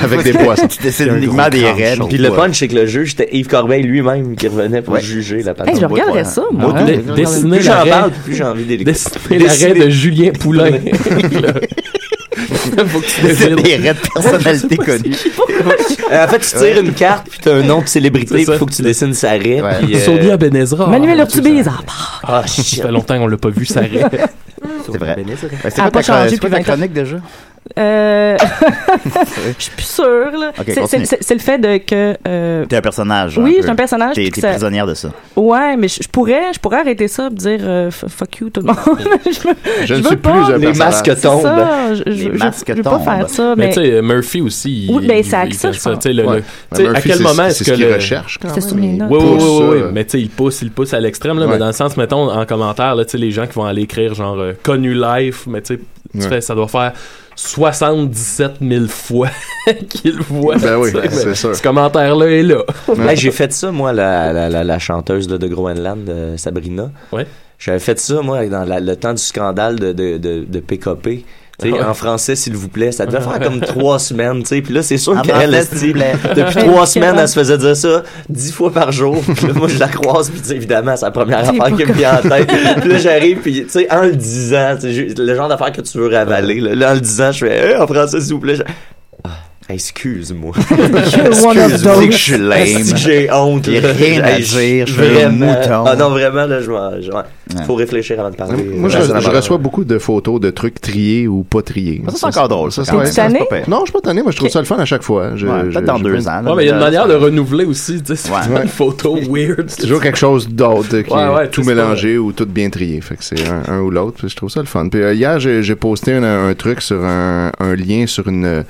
S8: Avec des poissons. Tu dessines
S9: Puis un
S8: uniquement
S9: gros
S8: des
S9: crâne
S8: raies,
S9: chaud.
S8: puis
S9: Puis le
S8: ouais.
S9: punch, c'est que le juge, c'était Yves Corbeil lui-même qui revenait pour
S10: Ouais.
S9: juger la patente.
S10: Hey, je regarderais
S9: Ouais.
S10: ça, moi.
S9: Ouais.
S10: Dé-
S9: Plus
S10: dessiner
S9: j'en
S10: l'arrêt-
S9: parle, plus j'ai envie d'écouter.
S10: dessiner l'arrêt de Julien Poulain. Faut que tu
S9: Dessiner
S10: devines.
S9: des raies de personnalité connue. Euh, En fait, tu tires une carte, puis t'as un nom de célébrité, puis faut que tu dessines sa raie. puis, euh,
S10: Sonia Benezra.
S13: Manuel Urtubise.
S9: Ah,
S10: Ça fait longtemps qu'on l'a pas vu, ça rêve.
S8: C'est vrai. Ben,
S13: Elle a
S8: C'est
S13: pas
S8: quoi ta
S13: changé
S8: chron- c'est
S13: depuis
S8: quoi ta
S13: 20 ans.
S8: chronique déjà?
S13: Euh, je suis plus sûre, là.
S8: Ok,
S13: C'est- c'est-
S8: continue.
S13: c'est c'est le fait de que. euh,
S8: T'es un personnage.
S13: Oui,
S8: peu.
S13: j'ai un personnage,
S8: T'es
S13: puis que
S8: t'es
S13: ça-
S8: prisonnière de ça.
S13: Ouais, mais je je pourrais, je pourrais arrêter ça et dire euh, f- fuck you tout le monde. je, veux-
S8: Je ne
S13: veux
S8: suis
S13: pas-
S8: plus un Les personnage. masques
S13: C'est ça,
S8: tombent.
S13: je- je-
S8: Les
S13: je-
S8: masques
S13: Je veux pas
S8: tombent.
S13: faire ça,
S10: Mais
S13: mais.
S10: tu sais, euh, Murphy aussi. il-
S13: Oui, ben,
S10: il-
S13: c'est avec
S10: il
S13: ça,
S10: fait
S13: je pense.
S10: tu sais, le- le-
S13: Ouais.
S10: tu sais,
S11: Murphy,
S10: à
S11: c'est-
S10: quel moment
S11: c'est
S10: est-ce
S11: ce
S10: que
S11: qu'il
S10: le-
S11: recherche, quand
S13: C'était même. sur mes notes.
S10: Oui, oui,
S13: Pousse,
S10: oui, oui,
S13: euh.
S10: mais tu sais, il pousse, il pousse à l'extrême, là,
S13: Ouais.
S10: mais dans le sens, mettons, en commentaire, là, tu sais, les gens qui vont aller écrire genre euh, connu life, mais tu sais, tu
S11: Ouais.
S10: fais, ça doit faire 77 000 fois qu'ils le voient.
S11: Ben oui,
S10: tu sais,
S11: c'est
S10: mais
S11: sûr.
S10: Ce commentaire-là est là.
S9: Hey, Ben, j'ai fait ça, moi, la, la, la, la chanteuse là, de Groenland, euh, Sabrina. J'avais fait ça, moi, dans la- le temps du scandale de, de, de, de PKP. Tu sais,
S10: Ouais.
S9: En français, s'il vous plaît, ça devait faire comme trois semaines. tu sais. Puis là, c'est sûr
S8: Ah, En
S9: qu'elle,
S8: français, s'il vous plaît.
S9: elle, depuis trois semaines,
S8: hein.
S9: elle se faisait dire ça dix fois par jour. Puis là, moi, je la croise, puis tu sais, évidemment, c'est la première
S8: C'est
S9: affaire qui
S8: pas
S9: me vient en tête. Puis là, j'arrive, puis tu sais, en le disant, tu sais, j'ai- le genre d'affaire que tu veux ravaler, là, Là, en le disant, je fais Hey, en français, s'il vous plaît. Je- Ah, Excuse-moi.
S8: Excuse-moi, c'est que je suis lame.
S9: Est-ce que J'ai honte.
S8: J'ai
S9: là?
S8: rien à
S9: Hey, je-
S8: dire, je suis un
S9: vraiment-
S8: mouton.
S9: Ah non, vraiment, là, je m'en. je- ouais. Faut réfléchir avant de parler.
S11: Moi, je,
S9: Ouais,
S11: euh, je
S9: c'est la barre.
S11: reçois beaucoup de photos de trucs triés ou pas triés.
S8: Ça, c'est encore drôle, ça,
S11: c'est
S8: quand
S11: ouais,
S8: même.
S11: ça, c'est
S8: Tanné?
S11: pas pire. Non, je suis pas tanné, mais je trouve ça le fun à chaque fois. Je-
S8: Ouais,
S11: je-
S8: peut-être dans
S11: je-
S8: deux ans, là. euh,
S10: Ouais, mais il y a une manière de renouveler aussi, tu sais, c'est
S11: Ouais.
S10: une photo weird.
S11: C'est toujours quelque chose d'autre euh, qui
S10: Ouais, ouais,
S11: est tout
S10: c'est ça.
S11: mélangé ou tout bien trié. Fait que c'est un, un ou l'autre. puis Je trouve ça le fun. Puis euh, hier, j'ai j'ai posté un, un truc sur un, un lien sur une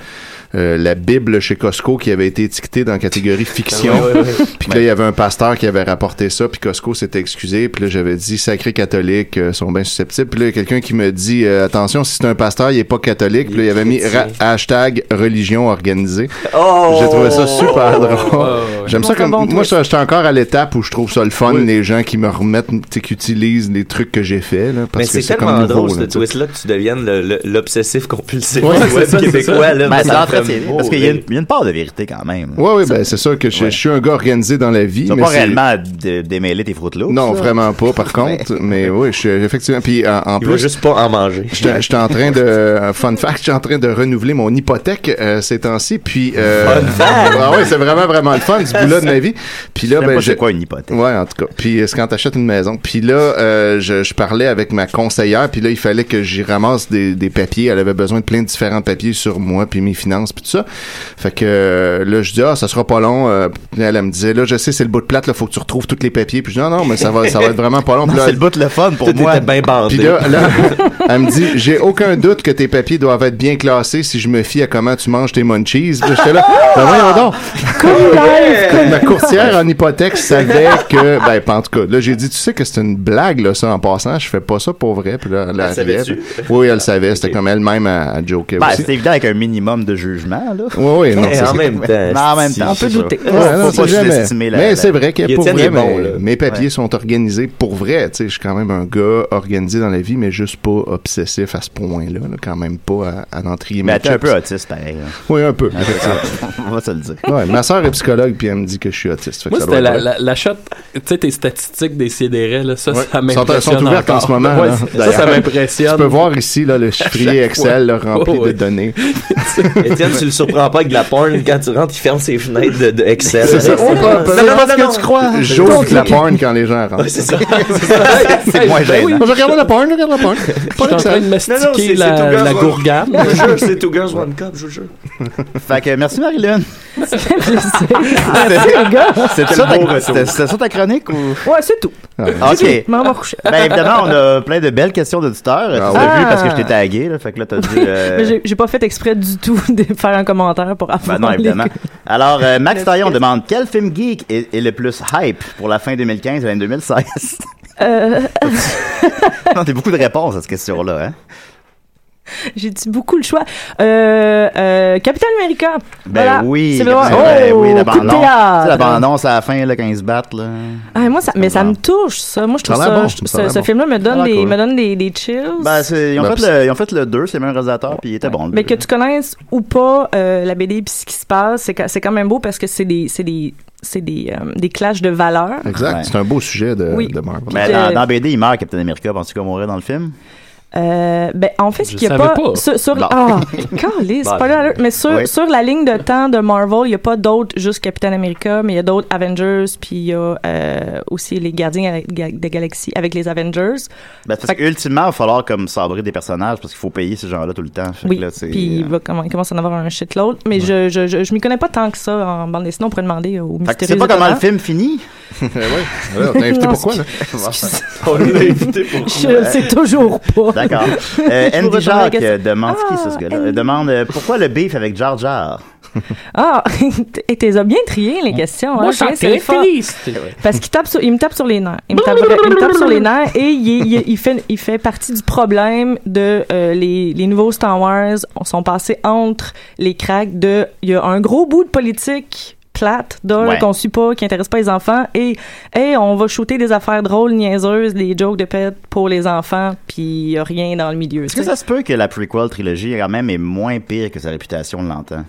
S11: euh, la Bible chez Costco qui avait été étiquetée dans la catégorie fiction.
S10: Ouais, ouais, ouais.
S11: Puis que là, il y avait un pasteur qui avait rapporté ça. Puis Costco s'était excusé. Puis là, j'avais dit sacré catholique, euh, sont bien susceptibles. Puis là, il y a quelqu'un qui me dit euh, attention, si c'est un pasteur, il est pas catholique. Puis là, il avait mis ra- hashtag religion organisée.
S9: Oh!
S11: J'ai trouvé ça super drôle.
S10: Oh,
S11: J'aime ça
S9: Bon,
S11: comme
S9: bon
S11: moi, ça, j'étais encore à l'étape où je trouve ça le fun, les gens qui me remettent, tu sais, qui utilisent les trucs que j'ai fait, là,
S9: Mais
S11: parce
S9: c'est
S11: que c'est comme
S9: tellement
S11: nouveau.
S9: drôle, ce
S11: là, tu sais.
S9: twist-là, que tu deviennes le- le- l'obsessif compulsif
S11: Ouais,
S9: du
S11: c'est
S9: web
S11: ça, c'est
S9: québécois.
S11: ça.
S9: Là,
S11: Ben,
S9: ça
S11: c'est
S9: me
S11: l'entretien.
S9: fait-
S8: Parce qu'il y, a une- il y a une part de vérité quand même.
S11: Oui, oui, ben c'est sûr que je, je suis un gars organisé dans la vie.
S8: Tu vas
S11: mais
S8: pas
S11: c'est-
S8: réellement à dé- démêler tes fruits de l'eau.
S11: Non, vraiment pas, par contre. mais oui, je suis effectivement. Puis en, en
S9: Il
S11: plus.
S9: va juste pas en manger.
S11: J'étais j'étais en train de. euh, Fun fact, je suis en train de renouveler mon hypothèque euh, ces temps-ci. Puis. euh,
S8: Fun fact!
S11: Ah ouais, c'est vraiment, vraiment le fun, du bout-là de ma vie. Puis là,
S8: Je sais
S11: ben.
S8: pas c'est quoi une hypothèque?
S11: Ouais, en tout cas. Puis euh, c'est quand t'achètes une maison. Puis là, euh, je, je parlais avec ma conseillère. Puis là, il fallait que j'y ramasse des, des papiers. Elle avait besoin de plein de différents papiers sur moi, puis mes finances, puis tout ça. Fait que euh, là, je dis, ah, ça sera pas long. Euh, puis elle, elle me disait, là, je sais, c'est le bout de plate, là, faut que tu retrouves tous les papiers. Puis je dis, non, non, mais ça va, ça va être vraiment pas long. Puis
S8: Non,
S11: là,
S8: c'est le bout de le fun pour
S11: Tout
S8: moi.
S11: était bien
S8: bandé.
S11: Puis là, là, elle me dit J'ai aucun doute que tes papiers doivent être bien classés si je me fie à comment tu manges tes munchies. Puis là, J'étais là, ben voyons donc. Ma courtière en hypothèque savait que. Ben, pas en tout cas, là, j'ai dit Tu sais que c'est une blague, là, ça, en passant. Je fais pas ça pour vrai. Puis là, elle,
S8: savait-tu?
S11: riait. Puis- Oui, elle savait. C'était comme elle-même à, à joker
S8: Ben,
S11: aussi.
S8: c'est évident avec un minimum de jugement, là.
S11: Oui, oui, non,
S8: Mais
S11: c'est
S8: en
S11: ça.
S8: même temps,
S11: Non, en même
S8: si,
S11: temps,
S8: on peut
S11: c'est
S8: douter.
S11: ça. Ouais, non,
S8: Faut
S11: c'est
S8: pas
S11: jamais-
S8: sous-estimer la-
S11: Mais
S8: la-
S11: c'est vrai que
S8: Étienne
S11: pour
S8: est
S11: vrai,
S8: bon,
S11: mes-
S8: là.
S11: mes papiers
S8: Ouais.
S11: sont organisés pour vrai. Tu sais, je suis quand même un gars organisé dans la vie, mais juste pas obsessif à ce point-là. là, quand même pas à, à en trier
S8: Mais
S11: mes
S8: t'es un
S11: chips.
S8: peu autiste, pareil. là.
S11: Oui, un peu.
S8: On va se le dire.
S11: Ouais, ma soeur est psychologue, puis elle me dit que je suis autiste. Fait que
S10: Moi,
S11: ça
S10: c'était
S11: doit
S10: la,
S11: être
S10: la, la shot, tu sais, tes statistiques des CDR, là, ça,
S11: Ouais.
S10: ça
S11: Sont-
S10: m'impressionne.
S11: sont ouvertes en
S10: encore.
S11: ce moment.
S10: Ouais,
S11: là,
S10: ça, ça
S11: d'ailleurs.
S10: m'impressionne.
S11: Tu peux voir ici là, le chiffrier
S10: chaque fois.
S11: Excel là, rempli
S10: Oh, ouais.
S11: de données.
S9: Étienne, tu le surprends pas avec de la porn. Quand tu rentres, il ferme ses fenêtres de, de Excel.
S11: C'est ça, on prend-
S9: non, non, non, non.
S11: J'ouvre la porn quand les gens rentrent.
S9: Ouais, c'est ça.
S11: c'est moins gênant. Je regarde la porn, je regarde la porn.
S10: Je suis en train de
S9: Non, non, c'est-
S10: mastiquer
S9: c'est Two
S10: la,
S9: Girls
S10: la
S9: One-
S10: gourgane.
S9: Je jure, c'est Two Girls One Cup, je jure.
S8: Fait que merci Marilyn.
S13: Merci, les gars. Quel
S8: C'était ça, ta-
S13: beau retour.
S8: c'était- c'était ça ta chronique ou?
S13: Ouais, c'est tout.
S11: Ah,
S8: Ok.
S13: Maman va coucher.
S8: Ben évidemment, on a plein de belles questions d'auditeurs. tu l'as
S13: oui.
S8: vu
S13: Ah.
S8: parce que je t'ai tagué, là. Fait que là, t'as dit. euh,
S13: Mais j'ai- j'ai pas fait exprès du tout de faire un commentaire pour avoir
S8: Ben non,
S13: les-
S8: évidemment. Alors, euh, Max Taillon demande quel film geek est, est le plus hype pour la fin 2015 et l'année 2016
S13: Euh,
S8: Non, t'as beaucoup de réponses à cette question-là. Hein?
S13: J'ai dit beaucoup le choix. Euh, euh, Capital America.
S8: Ben
S13: Voilà.
S8: oui,
S13: C'est vraiment-
S8: ben
S13: Oh,
S8: oui,
S13: coup de
S8: l'abandon.
S13: théâtre.
S8: Tu sais, l'abandon, c'est à la fin là, quand ils se battent. Là.
S13: Ah, moi, ça, mais ça me touche, ça. Moi, je
S8: Ça a
S13: trouve ça.
S8: l'air bon,
S13: je-
S8: ça a
S13: ce
S8: l'air
S13: ce
S8: bon.
S13: film-là me
S8: Ça a
S13: donne,
S8: l'air
S13: des,
S8: cool.
S13: me donne des, des chills.
S8: Ben, c'est- ils, ont
S13: Ben,
S8: fait le, ils ont fait le 2, c'est le même réalisateur, puis il était bon. le
S13: Mais
S8: deux.
S13: que tu connaisses ou pas euh, la BD puis ce qui se passe, c'est, ca- c'est quand même beau parce que c'est des, c'est des, c'est des, euh, des clashs de valeurs.
S11: Exact,
S8: Ouais.
S11: c'est un beau sujet de,
S13: Oui.
S11: de Marvel.
S8: Mais
S13: Je-
S8: dans, dans BD, il meurt, Captain America. Penses-tu qu'on mourrait dans le film
S13: Euh, ben, en fait, ce
S8: Je
S13: qu'il n'y a
S8: savais
S13: pas.
S8: pas.
S13: Sur, sur-
S8: Bon.
S13: Ah, câlisse,
S8: Bon.
S13: spoiler alert. Mais sur,
S8: Oui.
S13: sur la ligne de temps de Marvel, il n'y a pas d'autres, juste Captain America, mais il y a d'autres Avengers, puis il y a euh, aussi les Gardiens de la de la Galaxie avec les Avengers.
S8: Ben, c'est parce qu'ultimement, il va falloir comme sabrer des personnages parce qu'il faut payer ces gens-là tout le temps. Fait que
S13: Oui,
S8: là, c'est- euh,
S13: puis il, va, comment- il commence à en avoir un shitload. Mais je, je, je, je m'y connais pas tant que ça en bande dessinée. On pourrait demander au
S8: Fait que tu
S13: mystérieux.
S8: sais pas comment
S13: étonnant.
S8: le film finit
S11: Eh Ouais, on t'a invité
S13: Non,
S11: pourquoi, là?
S8: On l'a invité pourquoi
S13: Je le sais toujours pas.
S8: D'accord. Euh,
S13: Je vous retourne
S8: Andy
S13: la
S8: Jacques
S13: question.
S8: euh, demande c'est qui ça, ce gars-là? Euh, demande euh, pourquoi le beef avec Jar Jar?
S13: Ah, et t'es bien trié les questions. hein. Je viens, c'est le fun. Parce qu'il tape sur- il me tape sur les nerfs. Il me tape, il me tape sur les nerfs et il, est- il est- il fait, il fait partie du problème de euh, les, les nouveaux Star Wars sont passés entre les cracks de il y a un gros bout de politique plate dole
S16: Ouais.
S13: qu'on suit pas qui intéresse pas les enfants et et on va shooter des affaires drôles niaiseuses des jokes de pète pour les enfants puis y a rien dans le milieu
S8: Est-ce que
S13: tu sais.
S8: ça se peut que la prequel trilogie quand même est moins pire que sa réputation l'entend?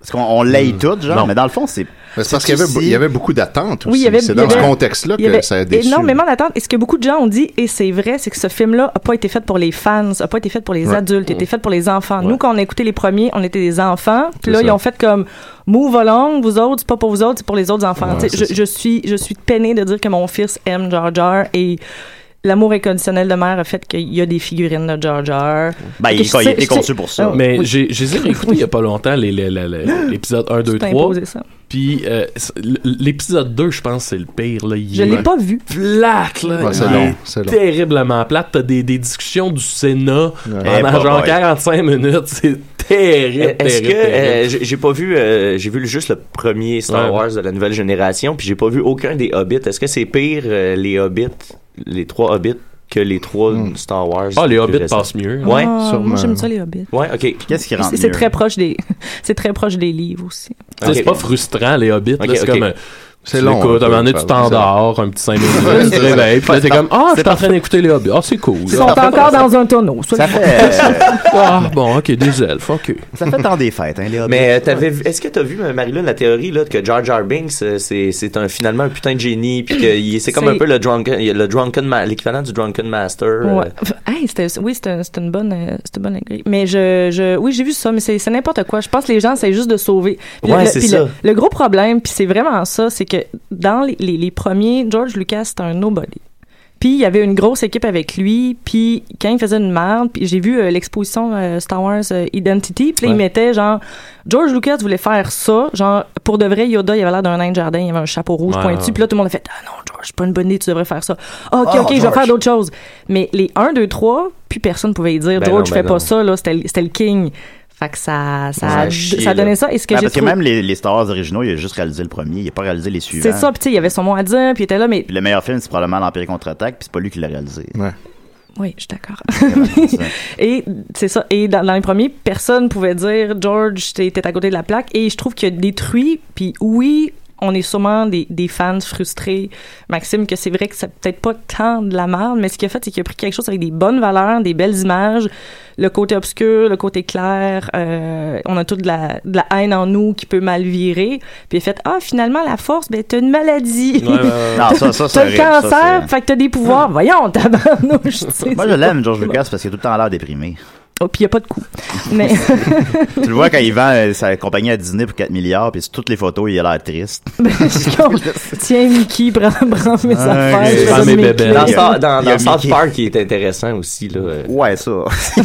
S8: Parce qu'on on l'aille tout, genre,
S11: Hmm. Non.
S8: mais dans le fond, c'est.
S11: Mais c'est parce qu'il y avait
S8: si-
S11: be- il y avait beaucoup d'attentes
S13: Oui, il
S11: aussi.
S13: y avait
S11: C'est
S13: il
S11: dans
S13: y
S11: ce
S13: avait-
S11: contexte-là
S13: il y
S11: que ça a
S13: avait
S11: déçu.
S13: Énormément d'attentes. Et ce que beaucoup de gens ont dit, et c'est vrai, c'est que ce film-là a pas été fait pour les fans, a pas été fait pour les
S16: Ouais.
S13: adultes, a été fait pour les enfants.
S16: Ouais.
S13: Nous, quand on a écouté les premiers, on était des enfants.
S16: C'est
S13: Puis là,
S16: ça.
S13: ils ont fait comme move along, vous autres, c'est pas pour vous autres, c'est pour les autres enfants. Tu
S16: Ouais,
S13: sais,
S16: c'est
S13: je, je suis, je suis peinée de dire que mon fils aime Jar Jar et l'amour inconditionnel de mère a fait qu'il y a des figurines de Jar Jar.
S11: Ben,
S9: Ben,
S13: Fait que je sais- je sais- Ah,
S10: Mais
S13: oui.
S10: j'ai j'ai réécouté il y a pas longtemps les- les- les- les- l'épisode 1, 2,
S13: t'as
S10: 3.
S13: imposé ça.
S10: Puis euh, c'est- l- l'épisode 2, je pense, c'est le pire. Là. Il
S13: Je
S10: est-
S13: l'ai pas vu.
S10: Plate, là.
S11: Ouais, c'est
S10: Il
S11: long,
S10: est
S11: c'est long.
S10: Terriblement plate. T'as des, des discussions du Sénat
S9: Eh, bah,
S10: pendant genre
S9: boy.
S10: 45 minutes. C'est terrible.
S9: Est-ce
S10: terrible,
S9: que euh,
S10: terrible.
S9: j'ai- j'ai pas vu euh, j'ai vu le- juste le premier Star
S10: Ouais.
S9: Wars de la nouvelle génération puis j'ai pas vu aucun des Hobbits. Est-ce que c'est pire euh, les Hobbits les trois Hobbits que les trois
S8: Hmm.
S9: Star Wars
S10: Ah, les
S9: plus
S10: Hobbits
S9: récents?
S10: passent mieux.
S9: Ouais,
S13: Ah, Moi, j'aime ça, les hobbits.
S9: Ouais, OK. Qu'est-ce qui
S13: C'est- C'est très proche des, c'est très proche des livres aussi.
S10: Tu sais, C'est pas frustrant, Hein, les Hobbits. là.
S9: Ok,
S10: c'est
S9: ok.
S10: comme. euh,
S11: C'est
S10: Tu
S11: long, hein,
S10: l'écoutes,
S11: un
S10: à un
S11: peu,
S10: moment donné,
S11: ça,
S10: tu t'endors, un petit 5 minutes, tu te réveilles, puis là, t'es comme, ah, je suis en train d'écouter les hobbies. Ah, c'est cool.
S13: Ils sont encore dans un tonneau.
S10: Ça fait. Ah, bon, ok, des elfes, ok.
S8: Ça fait tant des fêtes, hein, Léa.
S9: Mais euh, t'avais vu- est-ce que t'as vu, euh, Marie-Lune, la théorie là, que Jar Jar Binks, euh, c'est, c'est un, finalement un putain de génie, puis que il- c'est comme
S13: C'est-
S9: un peu le drunken, le drunken Ma- l'équivalent du drunken master. euh,
S13: Ouais. Pff, hey, c'était- oui, c'est un- c'est une bonne, euh, c'est une bonne allégorie. Mais je, je- oui, j'ai vu ça, mais c'est c'est n'importe quoi. Je pense que les gens, c'est juste de sauver. Puis
S9: Ouais,
S13: le,
S9: c'est
S13: puis
S9: ça.
S13: Le, le gros problème, puis c'est vraiment ça, c'est que dans les, les- les premiers, George Lucas, c'était un nobody. Puis il y avait une grosse équipe avec lui, puis quand il faisait une merde, puis j'ai vu euh, l'exposition euh, Star Wars euh, Identity, puis là, il
S16: Ouais.
S13: mettait genre George Lucas voulait faire ça, genre pour de vrai Yoda, il avait l'air d'un nain de jardin, il avait un chapeau rouge
S16: Ouais,
S13: pointu,
S16: ouais.
S13: puis là tout le monde a fait ah non George, c'est pas une bonne idée, tu devrais faire ça. Ah, OK,
S16: Oh,
S8: Ah,
S13: OK, je vais
S16: George.
S13: faire d'autres choses. Mais les 1 2 3, puis personne pouvait y dire
S8: Ben
S13: George
S8: non,
S13: fais
S8: ben
S13: pas
S8: non.
S13: ça là, c'était le- c'était le king. Fait que ça ça
S8: Ça
S13: a-
S8: a chié,
S13: ça
S8: là.
S13: donnait ça et ce que
S8: Ben,
S13: j'ai
S8: Parce que
S13: trouvé
S8: même les, les Star Wars originaux, il a juste réalisé le premier, il n'a pas réalisé les suivants.
S13: c'est ça, puis tu sais, il y avait son mot à dire, puis il était là, mais
S8: Puis le meilleur film, c'est probablement l'Empire contre-attaque, puis c'est pas lui qui l'a réalisé.
S13: Oui, je suis d'accord. et c'est ça. Et dans, dans les premiers, personne pouvait dire George, t'es t'es à côté de la plaque. Et je trouve qu'il a détruit. Puis oui, on est sûrement des, des fans frustrés, Maxime, que c'est vrai que c'est peut-être pas tant de la merde, mais ce qu'il a fait, c'est qu'il a pris quelque chose avec des bonnes valeurs, des belles images, le côté obscur, le côté clair. euh, on a toute de la, de la haine en nous qui peut mal virer. Puis il a fait Ah, finalement, la force, ben, t'as une maladie.
S8: Ouais, ouais, ouais. Non, ça- ça, c'est
S13: T'as le
S8: horrible. Ça,
S13: cancer,
S8: c'est-
S13: fait que t'as des pouvoirs. Voyons, tabarnouche. tu sais,
S8: Moi, je
S13: c'est
S8: l'aime,
S13: pas-
S8: George Lucas, parce qu'il est tout le temps à l'air déprimé.
S13: Oh, puis il n'y a pas de coup. Mais
S8: tu le vois quand il vend euh, sa compagnie à Disney pour 4 milliards, puis sur toutes les photos, il a l'air triste.
S13: tiens, Mickey, prends, prends mes
S8: Ah,
S13: affaires. je vais me m'éclairer.
S9: Dans, Star- dans,
S8: Il y a
S9: dans South
S8: Mickey.
S9: Park, il est intéressant aussi. Là.
S8: Ouais, ça.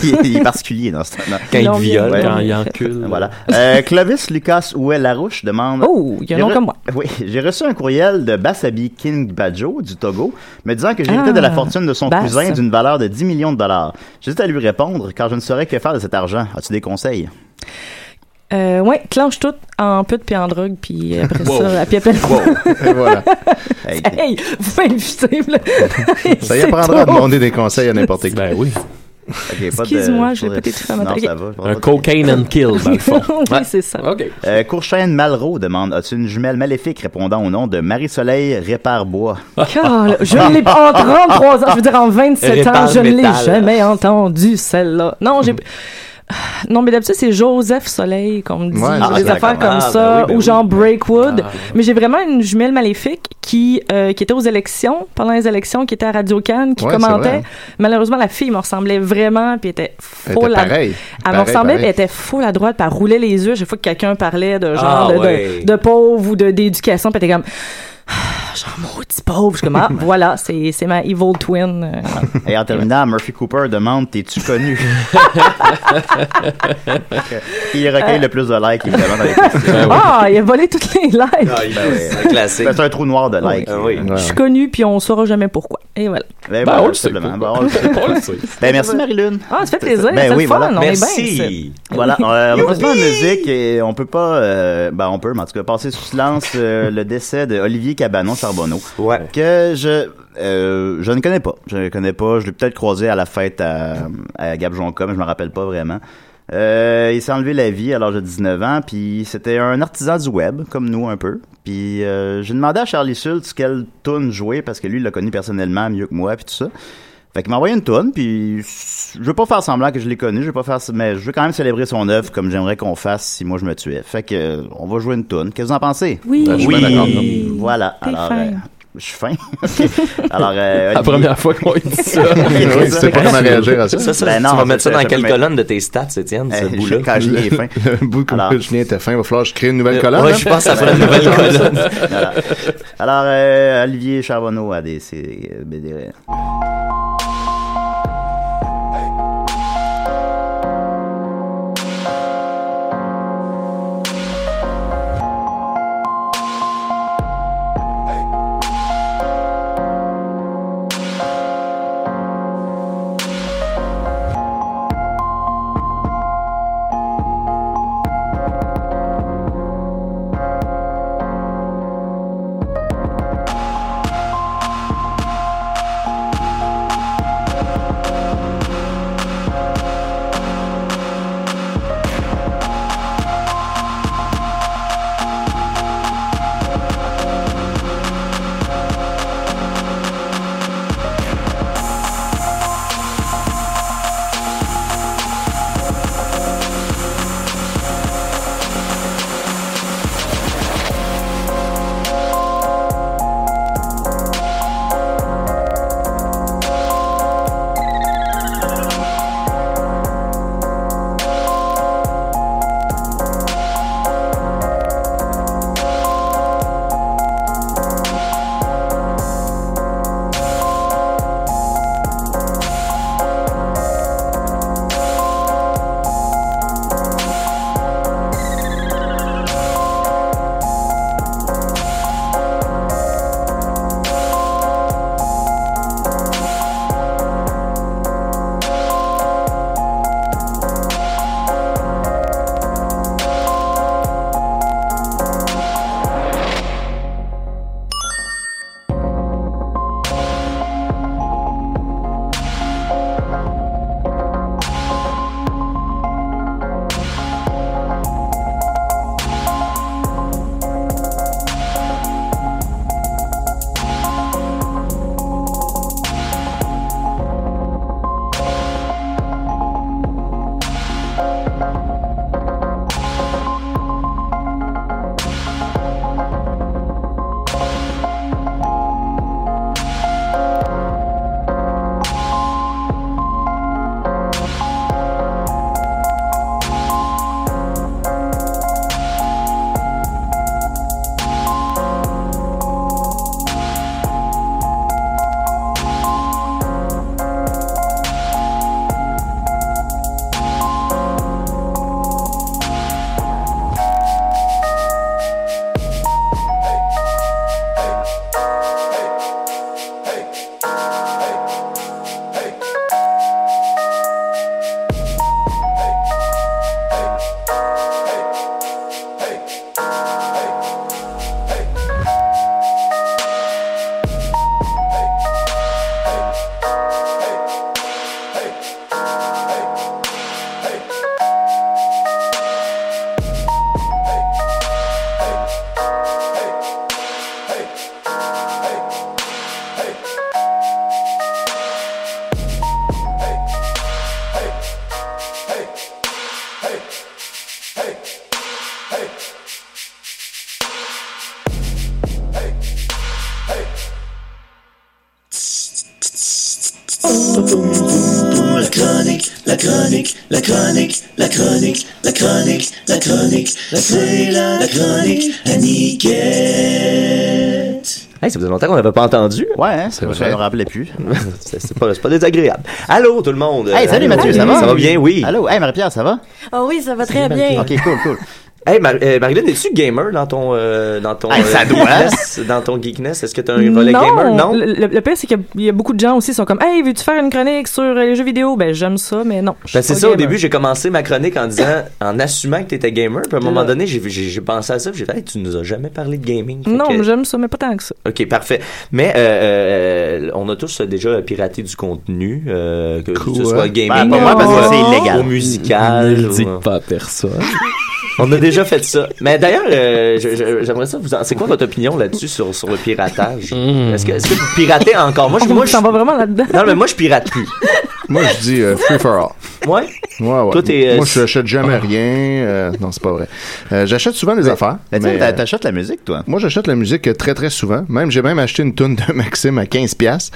S8: il, est, il est particulier dans ce temps-là.
S9: Quand il te viole,
S8: Ouais.
S9: quand il
S10: encule.
S8: Voilà. Euh, Clovis Lucas Ouel Larouche demande.
S13: Oh, il y a un
S8: J'ai
S13: nom
S8: re-
S13: comme moi.
S8: Oui, j'ai reçu un courriel de Basabi King Badjo du Togo me disant que j'héritais
S13: Ah,
S8: de la fortune de son
S13: Bass.
S8: cousin d'une valeur de 10 millions de dollars. J'hésite à lui répondre car je ne saurais que faire de cet argent. As-tu des conseils?
S13: Euh, ouais, clenche tout en pute puis en drogue, puis après
S8: Wow.
S13: ça, puis appelle
S11: Et voilà.
S13: Hey, vous m'invitez, là.
S11: Ça y
S13: C'est
S11: apprendra à
S13: trop.
S11: demander des conseils à n'importe qui.
S10: Ben oui.
S13: Excuse-moi, je l'ai pas été
S8: Non, ça va.
S10: Un cocaine and kill, dans le fond.
S13: oui, c'est ça.
S10: OK.
S8: Euh, Courchaine Malraux demande As-tu une jumelle maléfique répondant au nom de Marie-Soleil Répare-Bois
S13: Carole, je
S16: Ah.
S13: ne l'ai pas en 33 ans, je veux dire en 27 ans,
S8: Répare
S13: je ne l'ai
S8: métal.
S13: jamais entendu celle-là. Non, j'ai Ah, Non, mais d'habitude, c'est Joseph Soleil qu'on me dit.
S16: Ouais,
S13: J'ai
S16: ah,
S13: des
S16: d'accord.
S13: affaires comme
S16: Ah, ben
S13: ça,
S16: oui, ben
S13: ou
S16: oui. Ah,
S13: genre Breakwood. Mais j'ai vraiment une jumelle maléfique qui, euh, qui était aux élections, pendant les élections, qui était à Radio-Can, qui
S16: Ouais, c'est
S13: commentait.
S16: vrai.
S13: Malheureusement, la fille me ressemblait vraiment, puis était
S16: Elle
S13: folle
S16: était
S13: à-
S16: pareille.
S13: Elle me
S16: Pareille,
S13: ressemblait, puis
S16: pareille.
S13: elle était folle à droite, puis elle roulait les yeux. Chaque fois que quelqu'un parlait de genre
S16: Ah,
S13: de, de-
S16: ouais.
S13: de pauvre ou de- d'éducation, puis elle était comme... Ah, Genre, maudit pauvre. Je suis comme, ah, voilà, c'est c'est ma evil twin. euh.
S8: Et en terminant, Murphy Cooper demande T'es-tu connu Il recueille le plus de likes, évidemment, dans les questions.
S13: Ah, il a volé toutes les likes.
S8: Ben oui. C'est un Ah trou noir de likes.
S13: Je suis connu, puis on saura jamais pourquoi. Et voilà. Ben,
S8: Ben, voilà,
S13: on le sait pas.
S8: simplement. Ben, on le sait.
S13: On le sait.
S8: Ben, merci Marie-Lune.
S13: Ah, ça fait plaisir.
S8: Ben
S13: c'est
S8: oui,
S13: le fun.
S8: voilà.
S13: On
S8: Merci.
S13: est bien. ici.
S8: Voilà, euh,
S13: Youpi!
S8: on passe pas en musique et on peut pas, euh, ben on peut, mais en tout cas, passer sous silence euh, le décès de Olivier Cabanon Charbonneau. Que je, euh, je ne connais pas. Je ne connais pas. Je l'ai peut-être croisé à la fête à, à Gap Jonca, mais je me rappelle pas vraiment. Euh, il s'est enlevé la vie à l'âge de 19 ans, puis c'était un artisan du web, comme nous un peu. Puis euh, j'ai demandé à Charlie Schultz quelle tune jouer, parce que lui, il l'a connu personnellement mieux que moi, puis tout ça. Fait qu'il m'a envoyé une tonne, puis je veux pas faire semblant que je l'ai connu, je veux pas faire, mais je veux quand même célébrer son œuvre comme j'aimerais qu'on fasse si moi je me tuais. Fait que euh, on va jouer une tonne. Qu'est-ce que vous en pensez
S13: Oui.
S8: Ben, je suis
S10: Oui.
S8: bien d'accord. Voilà.
S13: T'es
S8: Alors,
S13: fin.
S8: euh, je suis fin. Ok. Alors, euh,
S10: La
S8: Olivier-
S10: première fois qu'on dit ça.
S8: Oui, c'est pas comment réagir à ça.
S9: ça,
S8: Ben non,
S9: tu vas mettre ça
S8: c'est-
S9: dans
S8: je
S9: quelle
S8: mets-
S9: colonne de tes stats, Étienne, ce
S8: Euh,
S9: bout-là?
S8: je- quand je l'ai fin.
S11: Le bout que
S8: Alors.
S11: le chien était fin, il va falloir que je crée une nouvelle colonne.
S9: ouais,
S11: hein?
S9: je pense que ça ferait une nouvelle colonne.
S8: Voilà. Alors, euh, Olivier Charbonneau a des c'est- BD.
S17: Thank
S6: chronique, la chronique, la chronique, la chronique, la chronique, la chronique, la c'est la chronique à Niquette.
S9: Hey, ça faisait longtemps qu'on n'avait pas entendu.
S8: Ouais, hein, c'est
S9: Je
S8: vrai.
S9: me rappelais plus. c'est c'est pas, c'est pas désagréable. Allô, tout le monde.
S8: Hey, salut
S9: Allô.
S8: Mathieu, ça va?
S9: Ça va bien, oui.
S8: Allô, hey Marie-Pierre, ça va?
S15: Ah oui, ça va très bien.
S8: Ok, cool, cool.
S9: Hey, Mar- euh, Marilyn, es-tu gamer dans ton, euh, dans ton
S8: Hey, ça doit.
S9: geekness, dans ton geekness? Est-ce que t'as un volet gamer? Non.
S13: Le, le- le pire, c'est qu'il y a- il y, a beaucoup de gens aussi qui sont comme Hey, veux-tu faire une chronique sur euh, les jeux vidéo? Ben, j'aime ça, mais non. je
S9: Ben,
S13: suis
S9: c'est
S13: pas
S9: ça, au
S13: gamer.
S9: début, j'ai commencé ma chronique en disant, en assumant que t'étais gamer, puis à un moment donné, j'ai- j'ai j'ai pensé à ça, puis j'ai fait, hey, tu nous as jamais parlé de gaming. Fait
S13: Non,
S9: que-
S13: mais j'aime ça, mais pas tant que ça.
S9: OK, parfait. Mais euh, euh, on a tous déjà piraté du contenu, euh, que ce soit gaming,
S8: Ben, pas moi, parce que
S9: ou,
S8: c'est
S9: euh,
S8: illégal.
S9: ou musical.
S10: Ne le dites
S9: pas à personne. on a déjà fait ça. Mais d'ailleurs, euh, je- je- j'aimerais ça vous en... C'est quoi votre opinion là-dessus sur, sur le piratage? Est-ce que, est-ce que vous piratez encore? Moi, je, moi, je-
S13: T'en vas Ah, vraiment là-dedans?
S9: non, mais moi, je pirate plus.
S11: Moi, je dis euh, free for all.
S9: Ouais?
S11: Ouais, ouais.
S9: Toi, t'es, euh,
S11: Moi, je n'achète jamais rien. euh, non, c'est pas vrai. Euh, j'achète souvent des affaires.
S8: mais tiens, t'a- t'achètes
S11: la musique, toi? Moi, j'achète la musique euh, très, très souvent. Même, j'ai même acheté une toune de Maxime à 15$. piastres.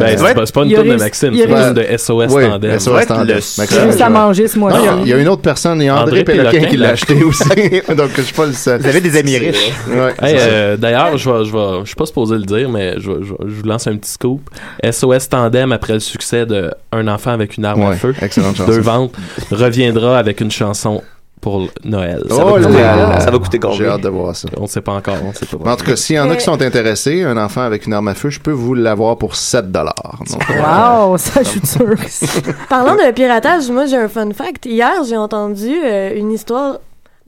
S10: Ben, c'est pas- c'est pas une Il a toune de réussi- Maxime, il a c'est une réussi- toune de SOS
S11: Ouais,
S10: Tandem.
S11: SOS
S10: Doit être
S11: Tandem.
S10: le
S11: Maxime,
S13: seul. Juste à
S11: ouais.
S13: manger ce mois-ci.
S11: Non, il y a- Il y a une autre personne, il y a André,
S10: André
S11: Péloquin,
S10: Péloquin
S11: qui l'a acheté aussi. Donc, je suis pas le seul. Vous avez des amis
S10: riches.
S11: Ouais,
S10: Hey,
S11: c'est ça.
S10: euh, D'ailleurs, je vais- je vais- je suis pas supposé le dire, mais je, vais- je vais- je vous lance un petit scoop. SOS Tandem, après le succès de Un enfant avec une arme à
S11: Ouais,
S10: feu,
S11: excellente chanson.
S10: deux ventes, reviendra avec une chanson pour l- Noël. Ça
S11: Oh
S10: va coûter,
S11: là là.
S10: ça va coûter
S11: J'ai
S10: combien?
S11: hâte de voir ça.
S10: On sait pas encore. On sait pas
S11: Mais En tout cas, s'il y en a qui sont intéressés, un enfant avec une arme à feu, je peux vous l'avoir pour 7 dollars.
S13: Wow, ça, je suis sûr. que c'est-
S15: Parlant de piratage, moi j'ai un fun fact. Hier, j'ai entendu euh, une histoire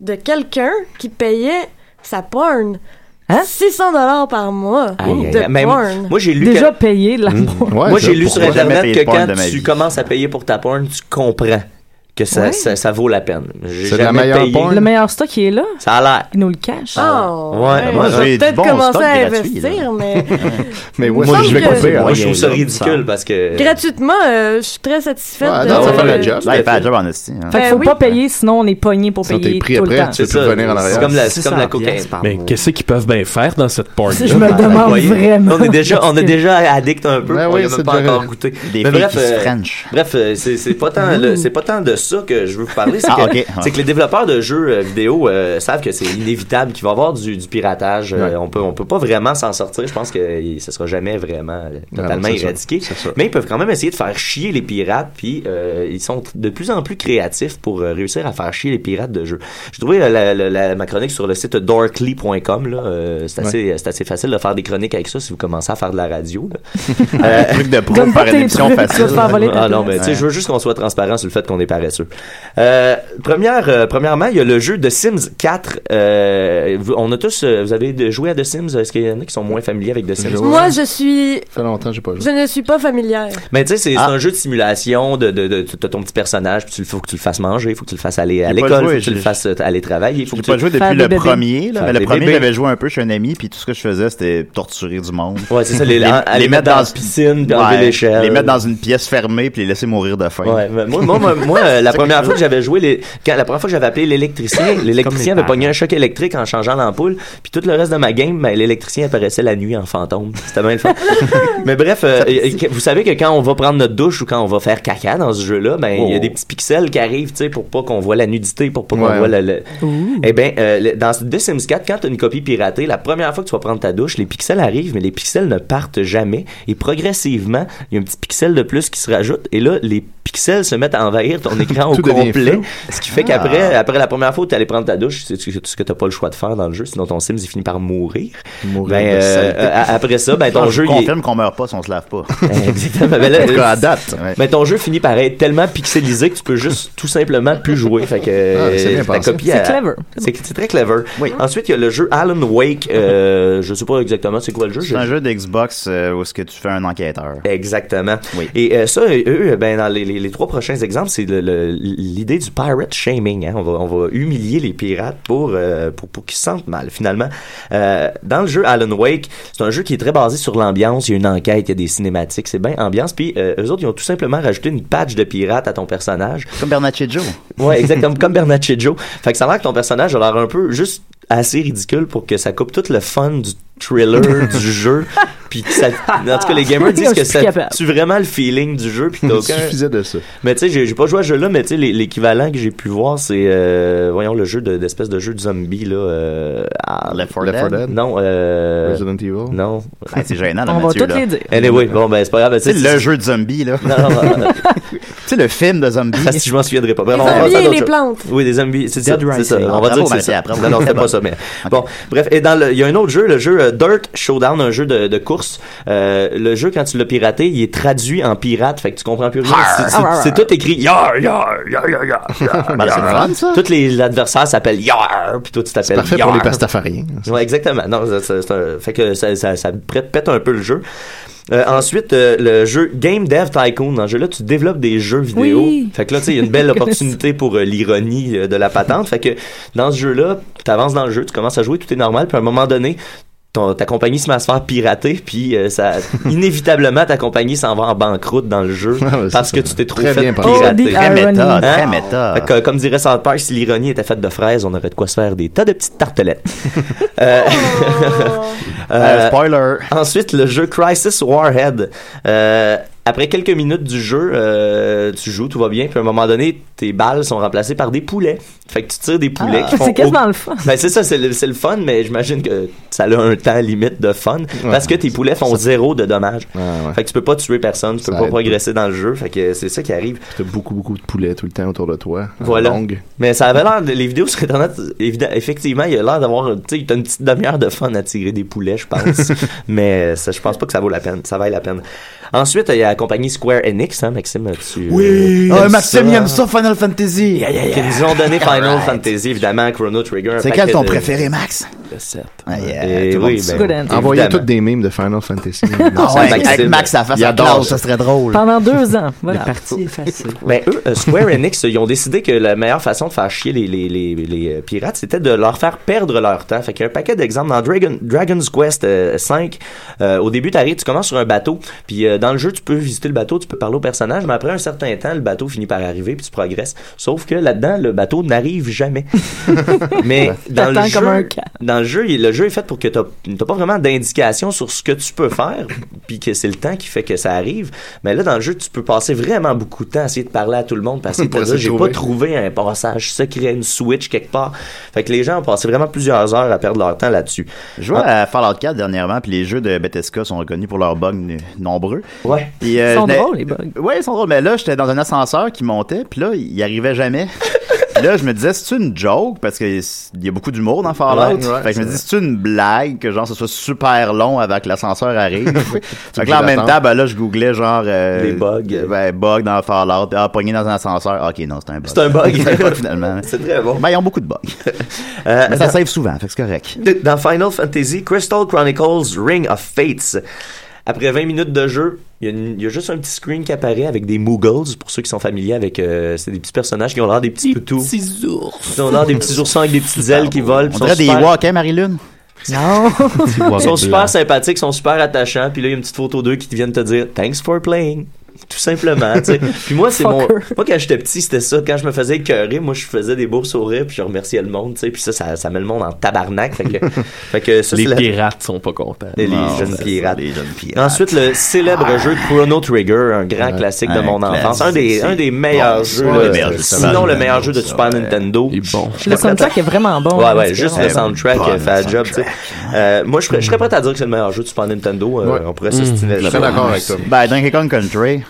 S15: de quelqu'un qui payait sa porn 600 dollars par mois
S9: Hein? Aïe,
S15: de
S9: aïe, aïe. Mais moi-
S15: porn.
S9: moi, j'ai lu
S13: Déjà
S9: que-
S13: payé de
S8: Hmm.
S13: la porn.
S9: Moi, j'ai lu sur
S8: pourquoi jamais
S9: Internet
S8: payer
S9: que
S8: de porn
S9: quand
S8: de ma
S9: tu
S8: vie?
S9: commences à payer pour ta porn, tu comprends que ça,
S13: Ouais.
S9: ça, ça vaut la peine. J'ai
S11: C'est la
S9: jamais
S11: meilleure
S9: payé.
S13: Le meilleur stock qui est là,
S9: Ça a l'air.
S13: il nous le cache.
S15: Oh,
S9: Ouais,
S15: moi,
S9: moi,
S15: je vais
S9: j'ai
S15: peut-être
S9: du bon
S15: commencer
S9: stock
S15: à
S9: gratuit,
S15: investir, mais
S11: Mais
S15: ouais,
S9: moi,
S15: je
S9: je
S15: vais
S9: vais
S15: couper,
S9: Moi,
S8: hein.
S9: je trouve ça
S8: Ouais,
S9: ridicule parce que.
S15: gratuitement, euh, je suis très satisfaite.
S11: Ouais,
S15: de-
S11: Ah, non, ça fait la
S15: euh,
S11: job.
S8: Ouais, il fait la job en esti. hein.
S13: Ah Fait qu'il
S15: Ben
S13: faut
S15: oui.
S13: pas payer, sinon on est pogné pour
S11: Sinon, t'es
S13: payer
S11: pris
S13: tout
S11: après,
S13: le temps.
S11: tu peux plus venir en arrière.
S9: C'est comme la, c'est comme la
S10: 600
S9: cocaïne.
S10: Mais qu'est-ce qu'ils peuvent bien faire dans cette porn
S13: Je me demande
S9: Voyez,
S13: vraiment.
S9: On est déjà, on est déjà addict un peu.
S11: Ben
S9: on
S11: oui,
S9: y a
S11: c'est
S9: même pas
S11: déjà-
S9: encore goûté.
S8: Des
S9: Mais
S8: filles
S9: bref,
S8: qui se
S9: euh,
S8: French.
S9: bref, euh, c'est c'est pas tant, le- c'est pas tant de ça que je veux vous parler. C'est
S8: Ah,
S9: que,
S8: ok, ouais.
S9: c'est que les développeurs de jeux euh, vidéo euh, savent que c'est inévitable qu'il va y avoir du, du piratage. Euh, on peut, on peut pas vraiment s'en sortir. Je pense que euh, ce sera jamais vraiment euh, totalement
S11: Ah c'est ça.
S9: éradiqué. Mais ils peuvent quand même essayer de faire chier les pirates. Puis euh, ils sont de plus en plus créatifs pour euh, réussir à faire chier les pirates de jeux. J'ai trouvé euh, la, la- la- ma chronique sur le site darkly.com. là, euh, c'est assez, c'est assez facile de faire des chroniques avec ça si vous commencez à faire de la radio. là. Euh,
S8: Truc de pro
S13: Donne pas
S8: faire une
S13: tes
S8: émission
S13: trucs, tu vas
S8: facile.
S13: te faire voler ta
S9: ah non,
S13: place.
S9: mais tu sais, je veux juste qu'on soit transparent sur le fait qu'on est paresseux. Euh, première, euh, premièrement, il y a le jeu de Sims 4. Euh, vous- on a tous, euh, vous avez de- joué à The Sims. Est-ce qu'il y en a qui sont moins familiers avec The Sims?
S15: Moi, je suis,
S11: Ça fait longtemps que j'ai pas joué.
S15: je ne suis pas familière.
S9: Mais tu sais, c'est c'est
S13: Ah.
S9: un jeu de simulation, de, de, de- t'as ton petit personnage, puis il faut que tu le fasses manger, il faut que tu le fasses aller à
S8: J'ai pas
S9: l'école, il
S8: joué,
S9: faut que tu le
S8: j'ai-
S9: fasses euh, aller travailler. il faut
S8: J'ai
S9: que tu-
S8: pas joué
S9: Faire
S8: depuis
S9: des
S8: le
S9: bébés.
S8: premier. là,
S9: Faire
S8: mais le
S9: des
S8: premier,
S9: bébés.
S8: j'avais joué un peu chez un ami, puis tout ce que je faisais, c'était torturer du monde.
S9: Ouais, c'est ça, les- aller mettre dans la piscine, puis enlever l'échelle.
S8: Les mettre dans une pièce fermée, puis les laisser mourir de faim.
S9: Ouais, mais moi, moi, moi, moi, euh, la première fois que j'avais joué, les... quand, la première fois que j'avais appelé l'électricien, l'électricien
S8: Comme les
S9: avait pogné un choc électrique en changeant l'ampoule, puis tout le reste de ma game, ben, l'électricien apparaissait la nuit en fantôme. C'était bien le fun. mais bref, euh, euh, que- vous savez que quand on va prendre notre douche ou quand on va faire caca dans ce jeu-là, ben, il y a
S8: Oh.
S9: des petits pixels qui arrivent, tu sais, pour pas qu'on voit la nudité, pour pas qu'on
S8: Ouais.
S9: voit le, le- Eh ben, euh, le- dans The Sims 4, quand t'as une copie piratée, la première fois que tu vas prendre ta douche, les pixels arrivent, mais les pixels ne partent jamais. Et progressivement, il y a un petit pixel de plus qui se rajoute. Et là, les pixels se mettent à envahir ton écran au
S11: Tout devient
S9: complet.
S11: flou.
S9: Ce qui fait
S11: Ah.
S9: qu'après, après la première fois où tu allais prendre ta douche, c'est c'est ce que t'as pas le choix de faire dans le jeu, sinon ton Sims, il finit par mourir.
S8: Mourir
S9: Ben,
S8: de
S9: euh,
S8: saleté.
S9: euh, après ça, ben, ton
S8: Non, je
S9: jeu, il est-
S8: confirme qu'on meurt pas si on se lave pas.
S9: Exactement. Ben là,
S8: En tout cas, à
S9: euh,
S8: date. Ouais.
S9: Mais ton jeu finit par être tellement pixelisé que tu peux juste tout simplement plus jouer. Fait que euh,
S8: Ah, c'est bien
S9: ta
S8: pensé.
S9: copie.
S8: C'est
S9: elle-
S8: clever.
S9: C'est c'est très clever. Ensuite, il y a le jeu Alan Wake. euh, je sais pas exactement c'est quoi le jeu.
S8: C'est un jeu d'Xbox euh, où est-ce que tu fais un enquêteur.
S9: Exactement. Et euh, ça, euh, eux, ben, dans les, les- les trois prochains exemples, c'est le- le- l'idée du pirate shaming. hein. On, va, on va humilier les pirates pour, euh, pour, pour qu'ils se sentent mal, finalement. Euh, dans le jeu Alan Wake, c'est un jeu qui est très basé sur l'ambiance. Il y a une enquête, il y a des cinématiques, c'est bien ambiance. Puis euh, eux autres, ils ont tout simplement rajouté une patch de pirate à ton personnage.
S8: Comme Bernacchi Joe.
S9: Ouais, exactement, comme Bernard Joe. Fait que ça a l'air que ton personnage a l'air un peu juste assez ridicule pour que ça coupe tout le fun du thriller du jeu puis que ça en tout cas les gamers
S11: Je
S9: disent que
S11: suis
S9: ça
S11: capable.
S9: tue vraiment le feeling du jeu puis que t'as
S11: Il
S9: aucun-
S11: suffisait de ça.
S9: mais tu sais, j'ai j'ai pas joué à ce jeu-là, mais tu sais, l'é- l'équivalent que j'ai pu voir, c'est, euh, voyons, le jeu de- d'espèce de jeu de zombie, là. Euh, ah, Left 4
S8: Left 4 Dead?
S9: Non. Euh,
S11: Resident Evil?
S9: Non.
S8: Ah, c'est gênant, là, On va Mathieu, toutes là. les dire.
S9: Anyway, bon, ben, c'est pas grave. mais tu
S8: C'est
S9: sais,
S8: le jeu de zombie, là.
S9: Non, non, non, non.
S8: tu sais, le film de zombie.
S9: Parce que Ah, je m'en souviendrai pas. Bref,
S8: Les
S9: on va
S8: zombies
S9: faire
S8: et
S9: d'autres
S8: les
S9: choses.
S8: plantes.
S9: Oui, des zombies. C'est ça,
S8: Dead
S9: c'est ça.
S8: Rising.
S9: On va
S8: Bravo,
S9: dire que c'est
S8: Mathieu,
S9: ça.
S8: bravo.
S9: Non, non, c'était pas ça, mais. Bon, bref. Et dans le, il y a un autre jeu, le jeu euh, Dirt Showdown, un jeu de, de course. Euh, le jeu, quand tu l'as piraté, il est traduit en pirate. Fait que tu comprends plus rien.
S5: Har!
S8: Ah,
S9: C'est- c'est- C'est tout écrit Yar, yar, yar, yar, yar.
S11: Ah,
S5: Ben,
S9: Bah,
S5: c'est le fun,
S9: ça. Tous les adversaires s'appellent Yar, puis toi tu t'appelles
S11: parfait
S9: Yar.
S11: pour les pastafariens.
S9: Ouais, exactement. Non, c'est- c'est- c'est un- fait que ça, ça, ça prête- pète un peu le jeu. Euh, ensuite, euh, le jeu Game Dev Tycoon. Dans ce jeu-là, tu développes des jeux vidéo.
S5: Oui.
S9: Fait que là, tu sais, il y a une belle
S5: Je connais ça.
S9: opportunité pour euh, l'ironie euh, de la patente. Fait que dans ce jeu-là, tu avances dans le jeu, tu commences à jouer, tout est normal, puis à un moment donné, ton- ta compagnie se met à se faire pirater, puis euh, ça, inévitablement, ta compagnie s'en va en banqueroute dans le jeu parce que tu t'es trop
S8: Très
S9: fait
S8: bien pensé.
S9: pirater.
S8: Oh, the Très irony. méta, très
S9: Hein?
S8: méta.
S9: Fait que, comme dirait South Park, si l'ironie était faite de fraises, on aurait de quoi se faire des tas de petites tartelettes. Euh, euh, Ensuite, le jeu Crisis Warhead. Euh, après quelques minutes du jeu, euh, tu joues, tout va bien, puis à un moment donné, tes balles sont remplacées par des poulets. Fait que tu tires des poulets.
S13: Ah.
S9: qui font
S13: C'est quasiment
S9: au-
S13: le fun.
S9: Ben, c'est ça, c'est le, c'est le fun, mais j'imagine que ça a un temps limite de fun parce que tes poulets font zéro de dommages. Fait que tu peux pas tuer personne, tu peux
S11: Ça
S9: pas
S11: aide.
S9: progresser dans le jeu. Fait que c'est ça qui arrive.
S11: T'as beaucoup, beaucoup de poulets tout le temps autour de toi.
S9: Voilà.
S11: Longue.
S9: Mais ça avait l'air, de- les vidéos sur Internet, évidemment, effectivement, il a l'air d'avoir, tu sais, t'as une petite demi-heure de fun à tirer des poulets, je pense. Mais ça, je pense pas que ça vaut la peine. Ça vaille la peine. Ensuite, il y a la compagnie Square Enix, hein, Maxime, tu.
S8: Oui!
S9: euh,
S8: Ah,
S9: aimes
S8: Maxime, il aime ça, Final Fantasy. Ah, Yeah, yeah,
S9: Qui
S8: yeah.
S9: nous ont donné Final
S8: Alright.
S9: Fantasy, évidemment, Chrono Trigger. un
S8: C'est
S9: paquet
S8: quel ton
S9: de-
S8: préféré, Max?
S9: Le 7.
S8: tout
S9: Et
S8: le monde
S9: oui,
S8: dit ça.
S9: ben,
S8: Good answer. Envoyez
S9: évidemment.
S11: toutes des mimes de Final Fantasy.
S8: Ah ouais, avec- avec Max à la face
S11: Il
S8: à
S11: adore
S8: classe, ça serait drôle.
S13: Pendant deux ans. Voilà.
S9: Le
S13: parti est facile.
S9: Ben, eux, euh, Square Enix, ils ont décidé que la meilleure façon de faire chier les, les, les, les, euh, pirates, c'était de leur faire perdre leur temps. Fait qu'il y a un paquet d'exemples dans Dragon, Dragon's Quest 5. au début, t'arrives, tu commences sur un bateau, puis euh, dans le jeu, tu peux visiter le bateau, tu peux parler au personnage, mais après un certain temps, le bateau finit par arriver, puis tu progresses. Sauf que là-dedans, le bateau n'arrive jamais. mais dans le,
S13: T'attends
S9: jeu,
S13: comme un camp.
S9: dans le jeu, il- le jeu est fait pour que t'as t'as pas vraiment d'indication sur ce que tu peux faire, puis que c'est le temps qui fait que ça arrive. Mais là, dans le jeu, tu peux passer vraiment beaucoup de temps à essayer de parler à tout le monde parce que
S5: Pour
S9: t'as dit,
S5: essayer de
S9: j'ai
S5: trouver.
S9: pas trouvé un passage secret, une switch quelque part. Fait que les gens ont passé vraiment plusieurs heures à perdre leur temps là-dessus. Ah.
S8: Je vois à Fallout 4 dernièrement, puis les jeux de Bethesda sont reconnus pour leurs bugs n- nombreux.
S9: Ouais.
S8: Puis,
S13: Ils sont
S8: je n'ai-
S13: drôles, les bugs.
S8: Ouais, ils sont drôles. Mais là, j'étais dans un ascenseur qui montait, puis là, il arrivait jamais. Puis là, je me disais, c'est une joke parce qu'il y a beaucoup d'humour dans Fallout.
S11: Ouais, ouais,
S8: fait que je me
S11: c'est
S8: dis, c'est une blague que genre ce soit super long avant que l'ascenseur arrive. fait que là, en
S11: obligé
S8: même
S11: d'attendre.
S8: temps, ben là, je googlais genre euh,
S9: Les bugs.
S8: ben, bug dans Fallout, ah, pogné dans un ascenseur. Ok, non, c'est un bug.
S9: C'est un bug.
S8: C'est un bug, finalement.
S9: C'est très bon.
S8: Ben, ils ont beaucoup de bugs.
S9: Euh,
S8: Mais ça
S9: dans-
S8: save souvent, fait que c'est correct.
S9: De- Dans Final Fantasy, Crystal Chronicles Ring of Fates. Après 20 minutes de jeu, il y, a une- il y a juste un petit screen qui apparaît avec des Moogles, pour ceux qui sont familiers avec... euh, c'est des petits personnages qui ont l'air des petits toutous.
S8: petits ours.
S9: Ils ont l'air des petits oursins avec des petites ailes qui volent. puis
S8: On
S9: sont
S8: dirait des
S9: super-
S8: walk, hein, Marie-Lune? Non.
S9: Ils sont
S10: hein.
S9: super sympathiques, ils sont super attachants. Puis là, il y a une petite photo d'eux qui te viennent te dire Thanks for playing. Tout simplement. tu sais. Puis moi, c'est mon.
S5: Fucker.
S9: Moi, quand j'étais petit, c'était ça. Quand je me faisais écœurer, moi, je faisais des beaux sourires. Puis je remerciais le monde. tu sais. Puis ça, ça, ça met le monde en tabarnak. Fait que, fait que ça,
S10: Les
S9: c'est la-
S10: pirates sont pas contents.
S9: Et les
S10: Non,
S9: jeunes
S10: c'est
S9: pirates.
S10: ça, les Ah.
S8: jeunes pirates.
S9: Ensuite, le célèbre jeu Chrono Trigger, un grand classique de
S10: un
S9: mon
S10: classique,
S9: enfance. Un des,
S10: c'est-
S9: un des meilleurs
S10: bon,
S9: jeux.
S10: ouais,
S9: là,
S10: le meilleur jeu de
S9: sinon,
S10: Super
S9: le meilleur
S10: Nintendo,
S9: jeu de
S10: ça,
S9: Super Nintendo.
S13: Le soundtrack est vraiment bon.
S9: Ouais,
S13: hein,
S9: ouais,
S13: c'est
S9: juste
S13: bon.
S9: le soundtrack
S13: Bon,
S9: euh, fait la job, tu sais. Euh, moi, je serais, je serais prêt à dire que c'est le meilleur jeu de Super Nintendo. euh,
S8: Ouais.
S9: On pourrait
S8: Mmh.
S9: s'estimer.
S8: Je serais d'accord avec toi. Ben, Donkey Kong Country.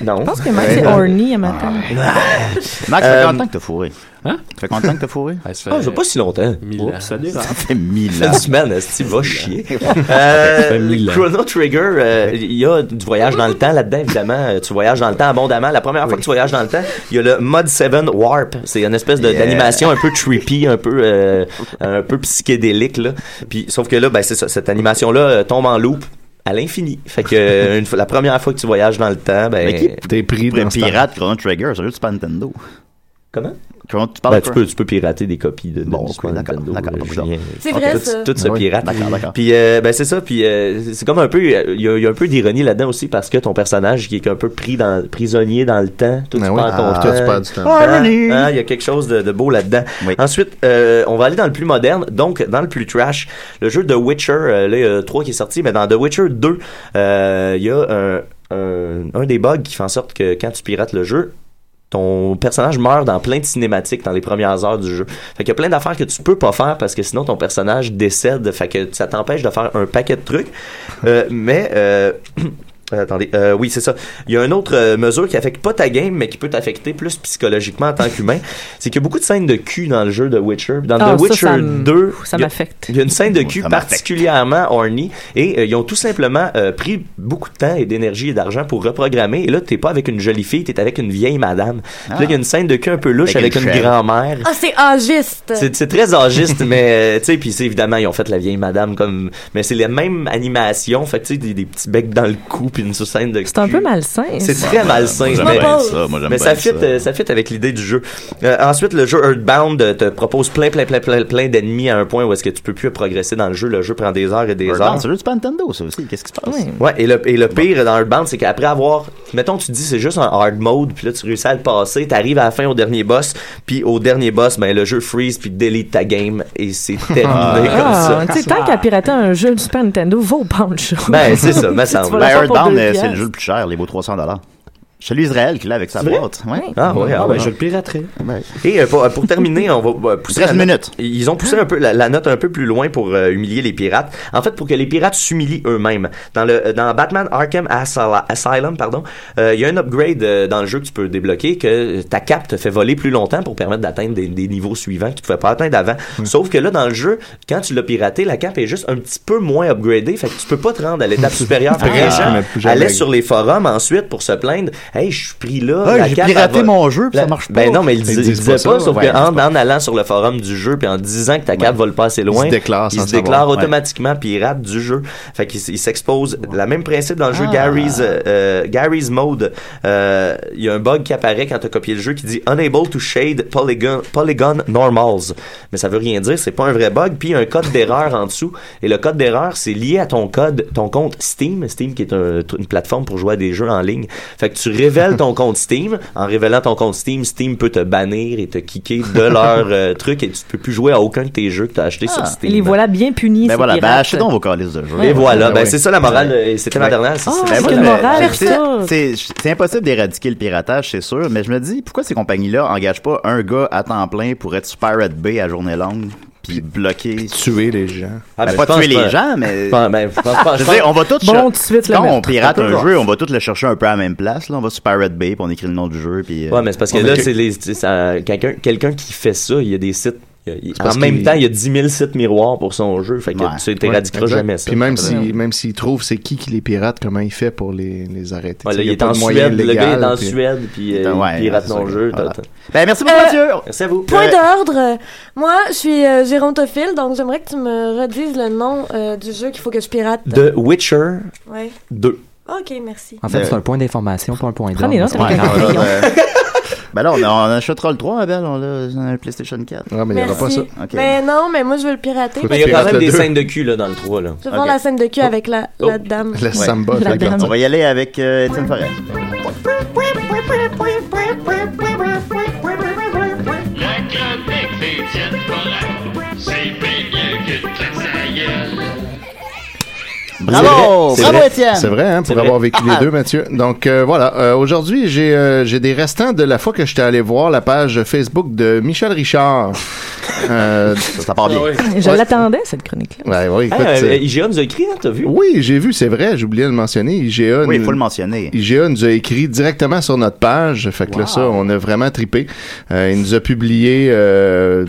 S9: Non. Je
S13: pense que Max est horny à matin.
S8: Max, ça fait
S9: Euh,
S8: longtemps que t'as fourré. Hein? Ça fait combien de temps que t'as fourré?
S9: Ah, ça fait pas si longtemps. Oups, hein.
S8: ça
S9: dérape.
S8: fait mille
S9: Fin
S8: ans.
S9: de semaine, est va chier?
S8: Ça fait mille
S9: Euh,
S8: ans.
S9: Chrono Trigger, euh, il y a du voyage dans le temps là-dedans, évidemment. Euh, Tu voyages dans le temps abondamment. La première fois que tu voyages dans le temps, il y a le Mod 7 Warp. C'est une espèce de-
S5: Yeah.
S9: d'animation un peu trippy, un peu, euh, un peu psychédélique, là. Puis, sauf que là, ben, c'est ça, cette animation-là euh, tombe en loop à l'infini. Fait que euh, une fois- la première fois que tu voyages dans le temps, ben
S8: Mais qui
S9: t'es
S11: pris
S8: Pirate Chrono Trigger, c'est un jeu de Super Nintendo.
S9: Comment?
S8: Comment tu parles
S9: Ben, tu, peux, tu peux pirater des copies de, euh, de bon, d'accord,
S15: C'est vrai,
S9: tout,
S15: ça.
S9: tout se
S15: Ah oui,
S9: pirate.
S15: d'accord, d'accord.
S9: Puis euh, ben c'est ça. Puis euh, c'est comme un peu, il y, a- il y a un peu d'ironie là-dedans aussi parce que ton personnage qui est un peu pris dans prisonnier dans le temps, tout
S11: Ben
S9: tu
S11: oui.
S9: perds ton
S11: Ah,
S9: temps.
S11: toi, tu perds du temps.
S9: Hein,
S11: Irony.
S9: hein, il y a quelque chose de, de beau là-dedans. Ensuite, euh, on va aller dans le plus moderne, donc dans le plus trash. Le jeu de Witcher, euh, là, il y a 3 qui est sorti, mais dans The Witcher 2, euh, il y a un, un, un des bugs qui fait en sorte que quand tu pirates le jeu, ton personnage meurt dans plein de cinématiques dans les premières heures du jeu. Fait qu'il y a plein d'affaires que tu peux pas faire parce que sinon ton personnage décède. Fait que ça t'empêche de faire un paquet de trucs. Euh, mais euh, attendez, euh, oui c'est ça. Il y a une autre euh, mesure qui affecte pas ta game mais qui peut t'affecter plus psychologiquement en tant qu'humain. C'est qu'il y a beaucoup de scènes de cul dans le jeu de Witcher. Dans
S13: Ah,
S9: The
S13: ça,
S9: Witcher
S13: ça me-
S9: 2,
S13: ça
S9: il y a-
S13: m'affecte.
S9: Il y a une scène de cul particulièrement horny et euh, ils ont tout simplement euh, pris beaucoup de temps et d'énergie et d'argent pour reprogrammer. Et là, t'es pas avec une jolie fille, t'es avec une vieille madame. Puis Là, il y a une scène de cul un peu louche
S15: Ah. Avec
S9: avec,
S15: une
S9: une,
S15: chèvre.
S9: grand-mère.
S15: Ah, c'est agiste!
S9: C'est c'est très âgiste, mais euh, tu sais, puis c'est évidemment, ils ont fait la vieille madame comme. Mais c'est la même animation, fait que tu sais, des, des petits becs dans le cou, puis une scène de.
S13: C'est un peu malsain.
S9: C'est très malsain.
S13: Moi, j'aime
S9: mais
S13: bien ça.
S8: Moi, j'aime
S9: mais
S8: bien
S9: ça fit,
S8: ça.
S9: euh, ça fit avec l'idée du jeu. Euh, ensuite, le jeu Earthbound euh, te propose plein, plein, plein, plein, plein d'ennemis à un point où est-ce que tu peux plus progresser dans le jeu. Le jeu prend des heures et des
S8: Earthbound,
S9: heures.
S8: c'est le jeu du Super Nintendo, ça aussi. Qu'est-ce qui se passe?
S9: Ouais, et le, et le pire dans Earthbound, c'est qu'après avoir. Mettons, tu dis c'est juste un hard mode, puis là, tu réussis à le passer, t'arrives à la fin au dernier boss, puis au dernier boss, ben, le jeu freeze, puis delete ta game, et c'est terminé comme
S13: Ah,
S9: ça.
S13: tu sais, tant qu'à pirater un jeu du Super Nintendo, va au pawn shop.
S9: Ben, c'est ça, me
S13: Tu vas le
S9: semble.
S13: faire pour
S8: Earthbound,
S13: deux
S8: euh, c'est
S13: piastres.
S8: le jeu le plus cher, les beaux 300 C'est l'Israël qui l'a avec sa
S9: C'est vrai?
S8: boîte. Ouais.
S9: Ah ouais, ah ouais, je le
S12: piraterai.
S9: Et euh, pour, pour terminer, on va euh, pousser
S8: 13
S9: la note-
S8: minutes.
S9: Ils ont poussé un peu la, la note un peu plus loin pour euh, humilier les pirates. En fait, pour que les pirates s'humilient eux-mêmes. Dans le euh, dans Batman Arkham Asylum, Asylum, pardon, euh, il y a un upgrade euh, dans le jeu que tu peux débloquer que ta cape te fait voler plus longtemps pour permettre d'atteindre des, des niveaux suivants que tu pouvais pas atteindre avant. Sauf que là dans le jeu, quand tu l'as piraté, la cape est juste un petit peu moins upgradée, fait que tu peux pas te rendre à l'étape supérieure. Fait que
S8: Ah,
S9: les gens
S8: mais plus jamais.
S9: allaient sur les forums ensuite pour se plaindre, "Hey, je suis pris là,
S8: Ah,
S9: la
S8: j'ai
S9: cape, elle
S8: piraté
S9: va-
S8: mon jeu, puis ça
S9: la-
S8: marche pas.
S9: Ben non, mais il
S8: Ils
S9: disait, il
S8: disent
S9: disait
S8: pas
S9: pas,
S8: ça,
S9: sauf
S8: ouais,
S9: que en, en allant sur le forum du jeu puis en disant que ta carte va le passer loin,
S8: Il se déclare
S9: il
S8: sans
S9: se déclare
S8: savoir, ouais.
S9: automatiquement pirate du jeu. Fait qu'il s- il s'expose. La même principe dans le jeu
S8: Ah.
S9: Gary's euh, Gary's Mode. Euh, Il y a un bug qui apparaît quand t'as copié le jeu qui dit unable to shade polygon polygon normals. Mais ça veut rien dire. C'est pas un vrai bug. Puis il y a un code d'erreur en dessous. Et le code d'erreur c'est lié à ton code, ton compte Steam. Steam qui est un- une plateforme pour jouer à des jeux en ligne. Fait que tu révèles ton compte Steam. En révélant ton compte Steam, Steam peut te bannir et te kicker de leur euh, truc et tu peux plus jouer à aucun de tes jeux que t'as acheté sur Steam.
S13: Ah, Les voilà bien punis.
S9: Ben
S13: ces
S9: voilà, ben
S13: pirates.
S9: achetez donc vos calices
S8: de
S9: Et voilà, ben, c'est ça la morale, et c'était ma dernière, c'est- Ah, c'est- c'est
S8: moi,
S9: une
S8: j'avais-
S9: morale,
S8: j'avais-
S9: ça.
S8: c'est- c'est- C'est impossible d'éradiquer le piratage, c'est sûr, mais je me dis, pourquoi ces compagnies-là engagent pas un gars à temps plein pour être sur Pirate Bay à journée longue, puis bloquer...
S11: tuer les gens.
S8: Ah, ben, pas tuer les gens, mais...
S9: je pense pas- je
S8: Je veux dire,
S9: pense-
S8: on va tous
S9: Bon,
S8: cher-
S9: tout de suite le
S8: quand on
S9: mettre.
S8: pirate
S9: On peut
S8: un
S9: voir.
S8: jeu, on va tous le chercher un peu à la même place. Là, on va sur Pirate Bay, puis on écrit le nom du jeu, puis. euh,
S9: Ouais, mais c'est parce que
S8: on
S9: là,
S8: écrit-
S9: c'est les, c'est ça- quelqu'un, quelqu'un qui fait ça, il y a des sites. il y a- il-
S11: parce
S9: en même
S11: qu'il-
S9: temps, il y a 10 000 sites miroirs pour son jeu. Fait que tu t'éradiqueras
S11: Ouais, exact.
S9: jamais ça.
S11: Puis même
S9: si
S11: s'il même s'il trouve c'est qui qui les pirate, comment il fait pour les, les arrêter.
S9: Ouais,
S11: Tu
S9: là,
S11: sais,
S9: il
S11: y a
S9: est
S11: pas
S9: en
S11: de moyen
S9: Suède, le
S11: légal,
S9: gars est en
S11: puis-
S9: Suède, puis euh,
S11: Ouais,
S9: il pirate
S11: c'est
S9: ton
S11: ça.
S9: jeu.
S11: Voilà.
S9: t'as- t'as-
S8: Ben, merci
S15: Euh,
S8: beaucoup, Mathieu!
S9: Merci à vous.
S15: Point
S9: Euh,
S15: d'ordre. Moi, je suis euh, gérontophile, donc j'aimerais que tu me redises le nom euh, du jeu qu'il faut que je pirate.
S9: The Witcher
S15: Ouais.
S9: 2.
S15: Ok, merci.
S12: En fait, c'est un point d'information, pas un point
S15: Prenez
S12: d'ordre.
S15: note avec un
S12: Ouais,
S15: crayon.
S12: euh,
S8: Ben là, on, a- on achètera le 3, Abel, on l'a on a un PlayStation 4.
S11: Ah, mais
S15: Merci.
S8: Ok.
S15: Mais non, mais moi, je veux le pirater.
S9: Mais Ben, il y a quand même des scènes Oh. de cul là, dans le 3. Là.
S15: Je vais voir la scène de cul avec la, la dame.
S8: Ouais.
S15: La dame.
S8: On va y aller avec euh, Étienne Forêt.
S16: Le Québec, c'est tienne forêt. C'est bien mieux que toute sa gueule.
S8: Bravo!
S11: C'est
S8: Bravo,
S11: vrai.
S8: Étienne!
S11: C'est vrai, hein, pour
S8: C'est
S11: avoir
S8: vrai.
S11: vécu
S8: Ah,
S11: les
S8: ah.
S11: deux, Mathieu. Donc euh, voilà, Euh, aujourd'hui, j'ai euh, j'ai des restants de la fois que j'étais allé voir la page Facebook de Michel Richard. ça
S8: part
S13: bien. Je l'attendais, cette chronique-là.
S11: Ouais, ouais, écoute,
S9: Hey, euh,
S11: euh,
S9: IGA nous a écrit, hein, t'as vu?
S11: Oui, j'ai vu, c'est vrai, j'ai oublié de le mentionner. IGA
S8: Oui,
S11: nous-
S8: faut le mentionner.
S11: IGA nous a écrit directement sur notre page. Fait que là, ça, on a vraiment tripé. Euh, il nous a publié euh,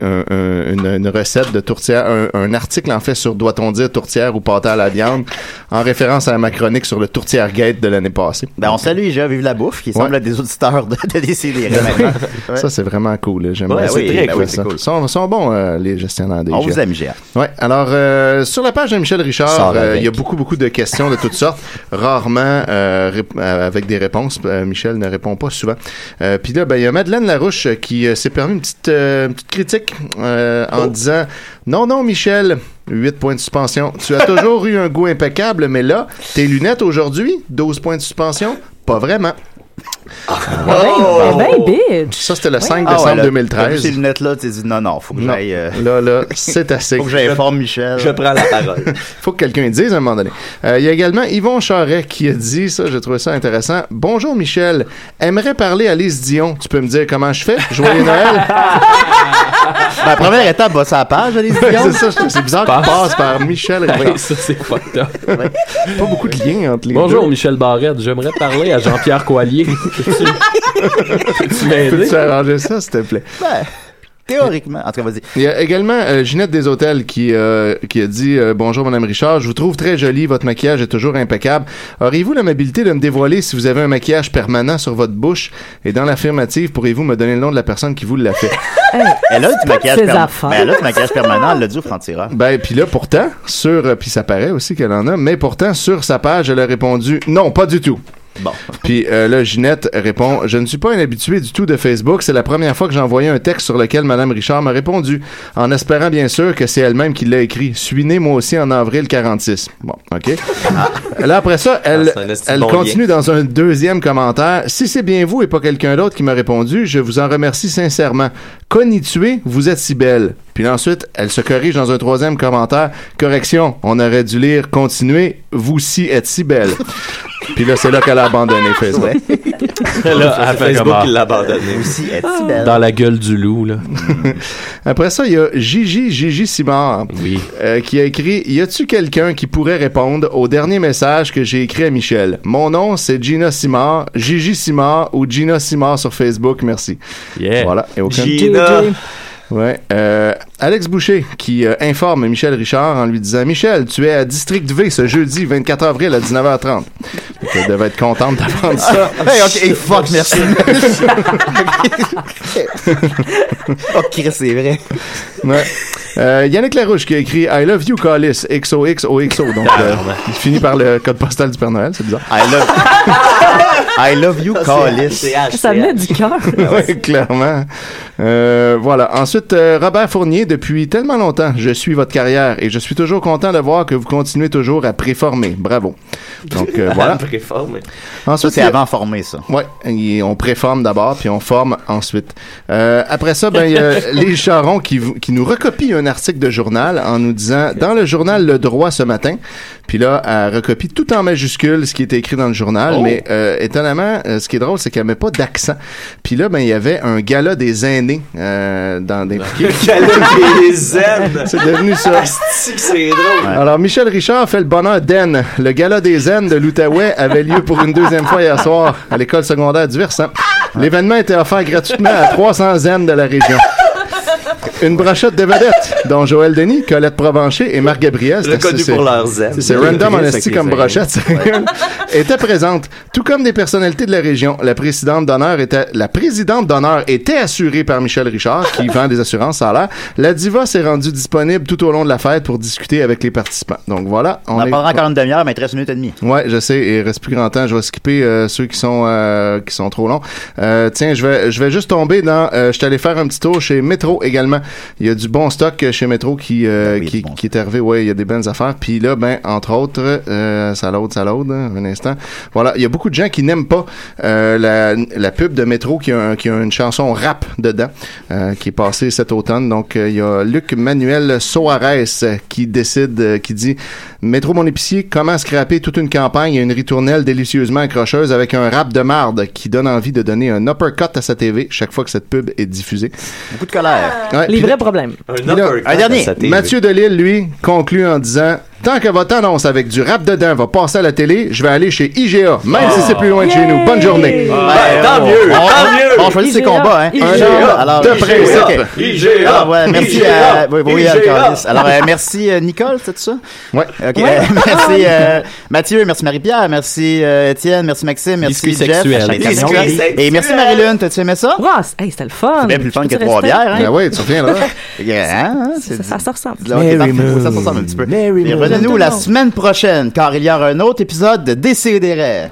S11: un- un- une, une recette de tourtière, un, un article en fait sur doit-on dire tourtière ou pâté à la viande, en référence à ma chronique sur le tourtière gate de l'année passée.
S8: Ben, on salue les gens, vive la bouffe, qui semble être des auditeurs de, de décider. Ouais.
S11: Ça, c'est vraiment cool. là. J'aime
S8: Ouais,
S11: bien
S8: c'est
S11: ça.
S8: très
S11: Ben
S8: cool,
S11: oui,
S8: c'est
S11: ça.
S8: cool.
S11: Sont, sont bons, euh, les gestionnaires des
S8: On
S11: jets.
S8: vous aime, GA.
S11: Ouais. Alors, euh, sur la page de Michel Richard,
S8: Sors
S11: euh, il
S8: avec.
S11: y a beaucoup, beaucoup de questions de toutes sortes. Rarement euh, rép- euh, avec des réponses. Euh, Michel ne répond pas souvent. Euh, Puis là, ben, il y a Madeleine Larouche euh, qui euh, s'est permis une petite, euh, une petite critique euh,
S8: Oh.
S11: en disant Non, non, Michel. 8 points de suspension. Tu as toujours eu un goût impeccable, mais là, tes lunettes aujourd'hui, 12 points de suspension, pas vraiment.
S13: Oh! Ben, bitch!
S11: Ça, c'était le
S8: Ouais.
S11: 5
S8: Ah ouais,
S11: décembre
S8: là, t'as vu
S11: 2013.
S8: ces lunettes-là, tu dit non, non, faut que j'aille. euh,
S11: Là, là, c'est assez.
S8: Faut que j'informe Michel. Je prends la parole.
S11: Faut que quelqu'un le dise à un moment donné. Euh, Il y a également Yvon Charret qui a dit ça, j'ai trouvé ça intéressant. Bonjour Michel, aimerais parler à Lise Dion. Tu peux me dire comment je fais? Joyeux Noël.
S8: Ma Ben, première étape, va sur la
S13: Ah,
S8: page, Lise Dion.
S11: c'est ça, c'est bizarre qu'on passe par Michel.
S10: Ouais,
S11: Rivard.
S10: ça, c'est fucked up.
S11: Pas beaucoup de liens hein. entre les
S10: Bonjour,
S11: deux.
S10: Michel Barrette. J'aimerais parler à Jean-Pierre Coallier. tu m'aider?
S11: Peux-tu arranger ça, s'il te plaît?
S8: Ben, théoriquement. En tout cas, vas-y.
S11: Il y a également euh, Ginette des Hôtels qui, euh, qui a dit euh, Bonjour, Madame Richard, je vous trouve très jolie, votre maquillage est toujours impeccable. Auriez-vous l'amabilité de me dévoiler si vous avez un maquillage permanent sur votre bouche Et dans l'affirmative, pourriez-vous me donner le nom de la personne qui vous l'a fait
S8: Elle a
S11: C'est
S8: du
S11: pas
S8: maquillage
S11: de ses
S8: permanent.
S11: affaires.
S8: Ben, elle a du maquillage permanent, elle l'a dit au franc-tireur.
S11: Ben, puis là, pourtant, sur. euh, Puis ça paraît aussi qu'elle en a, mais pourtant, sur sa page, elle a répondu Non, pas du tout.
S8: Bon.
S11: Puis euh, là, Ginette répond Je ne suis pas un habitué du tout de Facebook. C'est la première fois que j'ai envoyé un texte sur lequel Madame Richard m'a répondu, en espérant bien sûr que c'est elle-même qui l'a écrit. Suis née moi aussi en avril 46. Bon, OK. Là, après ça, elle,
S9: Ah, c'est un esti
S11: elle
S9: bon
S11: continue dans un deuxième commentaire. Si c'est bien vous et pas quelqu'un d'autre qui m'a répondu, je vous en remercie sincèrement. Conitué, vous êtes si belle. Puis là, ensuite, elle se corrige dans un troisième commentaire. Correction, on aurait dû lire continuez, vous si êtes si belle. Puis là, c'est là qu'elle a abandonné Facebook.
S9: Là,
S11: Ça,
S9: à
S11: c'est fait
S9: Facebook,
S11: comment?
S9: il l'a abandonné.
S8: Aussi, est
S11: Dans
S10: la gueule du loup, là.
S11: Ah. Après ça, il y a Gigi Gigi Simard euh, qui a écrit Y a-tu quelqu'un qui pourrait répondre au dernier message que j'ai écrit à Michel Mon nom, c'est Gina Simard, Gigi Simard ou Gina Simard sur Facebook, merci. Voilà, et aucun
S9: Gina.
S11: Ouais. euh, Alex Boucher qui euh, informe Michel Richard en lui disant Michel, tu es à District V ce jeudi 24 avril à 19h30. Donc, Elle devait être contente d'apprendre ça.
S8: Hey, ok, hey, fuck, merci. oh, Chris, c'est vrai.
S11: Ouais. Euh, Yannick Larouche qui a écrit I love you, Callis, XOXOXO. Donc, euh, il finit par le code postal du Père Noël, c'est bizarre.
S8: I love, I love you, Callis.
S13: Ça venait du cœur.
S11: Ouais, clairement. Euh, voilà. Ensuite, euh, Robert Fournier, depuis tellement longtemps, je suis votre carrière et je suis toujours content de voir que vous continuez toujours à préformer. Bravo. Donc, euh, voilà.
S9: Préforme.
S11: Ensuite,
S8: Ça, c'est
S11: il y a-
S8: avant formé, ça.
S11: Ouais, et on préforme d'abord, puis on forme ensuite. Euh, après ça, ben, il y a les charrons qui, vous- qui nous recopient un article de journal en nous disant dans le journal Le Droit ce matin. Puis là, elle recopie tout en majuscule ce qui était écrit dans le journal,
S8: Oh.
S11: mais euh, étonnamment, euh, ce qui est drôle, c'est qu'elle met pas d'accent. Puis là, ben, il y avait un gala des aînés euh, dans des
S9: Gala des aînés.
S11: C'est devenu
S8: Ah,
S11: ça.
S9: Asti que Ah, C'est drôle.
S11: Alors, Michel Richard fait le bonheur d'Aisne. Le gala des Aisnes de l'Outaouais avait lieu pour une deuxième fois hier soir à l'école secondaire du Versant. L'événement était offert gratuitement à 300 Aisnes de la région. Une brochette de vedettes, dont Joël Denis, Colette Provencher et Marc Gabriel. C'est
S9: Reconnus
S11: assez-
S9: pour leurs ailes.
S11: c'est- C'est random en
S9: Gabriel,
S11: esti
S9: c'est
S11: comme
S9: qui, ça?
S11: brochette, c'est rigolo. Était présente, tout comme des personnalités de la région. La présidente d'honneur était, la présidente d'honneur était assurée par Michel Richard, qui vend des assurances, ça a l'air. La diva s'est rendue disponible tout au long de la fête pour discuter avec les participants. Donc voilà.
S8: On, en parlera encore une demi-heure, mais il te reste une minute et demie.
S11: Mmh. Ouais, je sais, il reste plus grand temps. Je vais skipper euh, ceux qui sont euh, qui sont trop longs. Euh, tiens, je vais je vais juste tomber dans. euh, je suis allé faire un petit tour chez Metro également. Il y a du bon stock euh, chez Metro qui euh, qui, qui est arrivé. Ouais, il y a des bonnes affaires. Puis là, ben entre autres, euh, ça l'aude, ça l'aude. hein, un instant. Voilà, il y a beaucoup de gens qui n'aiment pas euh, la, la pub de Metro qui a un- qui a une chanson rap dedans euh, qui est passée cet automne. Donc euh, il y a Luc Manuel Soares euh, qui décide, euh, qui dit Métro Mon Épicier, comment scraper toute une campagne et une ritournelle délicieusement accrocheuse avec un rap de marde qui donne envie de donner un uppercut à sa TV chaque fois que cette pub est diffusée.
S8: Beaucoup de colère.
S11: Ouais,
S13: Les
S11: puis
S13: vrais
S11: là-
S13: problèmes.
S11: puis là,
S8: Un dernier.
S11: Mathieu Delille, lui, conclut en disant Tant que votre annonce avec du rap dedans va passer à la télé, je vais aller chez IGA, même
S8: Ah.
S11: si c'est plus loin de chez nous. Bonne journée.
S8: Ah, ben, tant mieux,
S11: On-
S8: tant mieux.
S11: On choisit ses
S8: IGA,
S11: combats, hein.
S8: IGA,
S11: alors,
S8: de
S11: IGA,
S8: principe.
S11: ok.
S8: IGA,
S11: Ah, ouais, merci
S8: IGA,
S11: à- oui, oui, à
S8: IGA.
S11: Carlis. Alors, euh,
S8: merci euh, Nicole, c'est ça?
S11: Ouais.
S8: OK. merci euh, Mathieu, merci Marie-Pierre, merci euh, Étienne, merci Maxime, merci
S10: Biscuits
S8: Jeff.
S10: sexuels.
S8: à chaque
S10: Biscuits
S8: émission.
S10: sexuels.
S8: Et merci Marie-Lune, t'as-tu aimé ça?
S13: Ross, hey, c'était le fun.
S8: C'est bien plus fun que
S13: Peux-tu
S8: trois
S13: rester?
S8: bières, hein?
S13: Ben
S11: oui, tu reviens là.
S13: Ça, ça, se ressemble.
S8: Là, ok, parfait, ça, ça ressemble un petit peu. Et revenez-nous la semaine prochaine, car il y aura un autre épisode de Décidérez.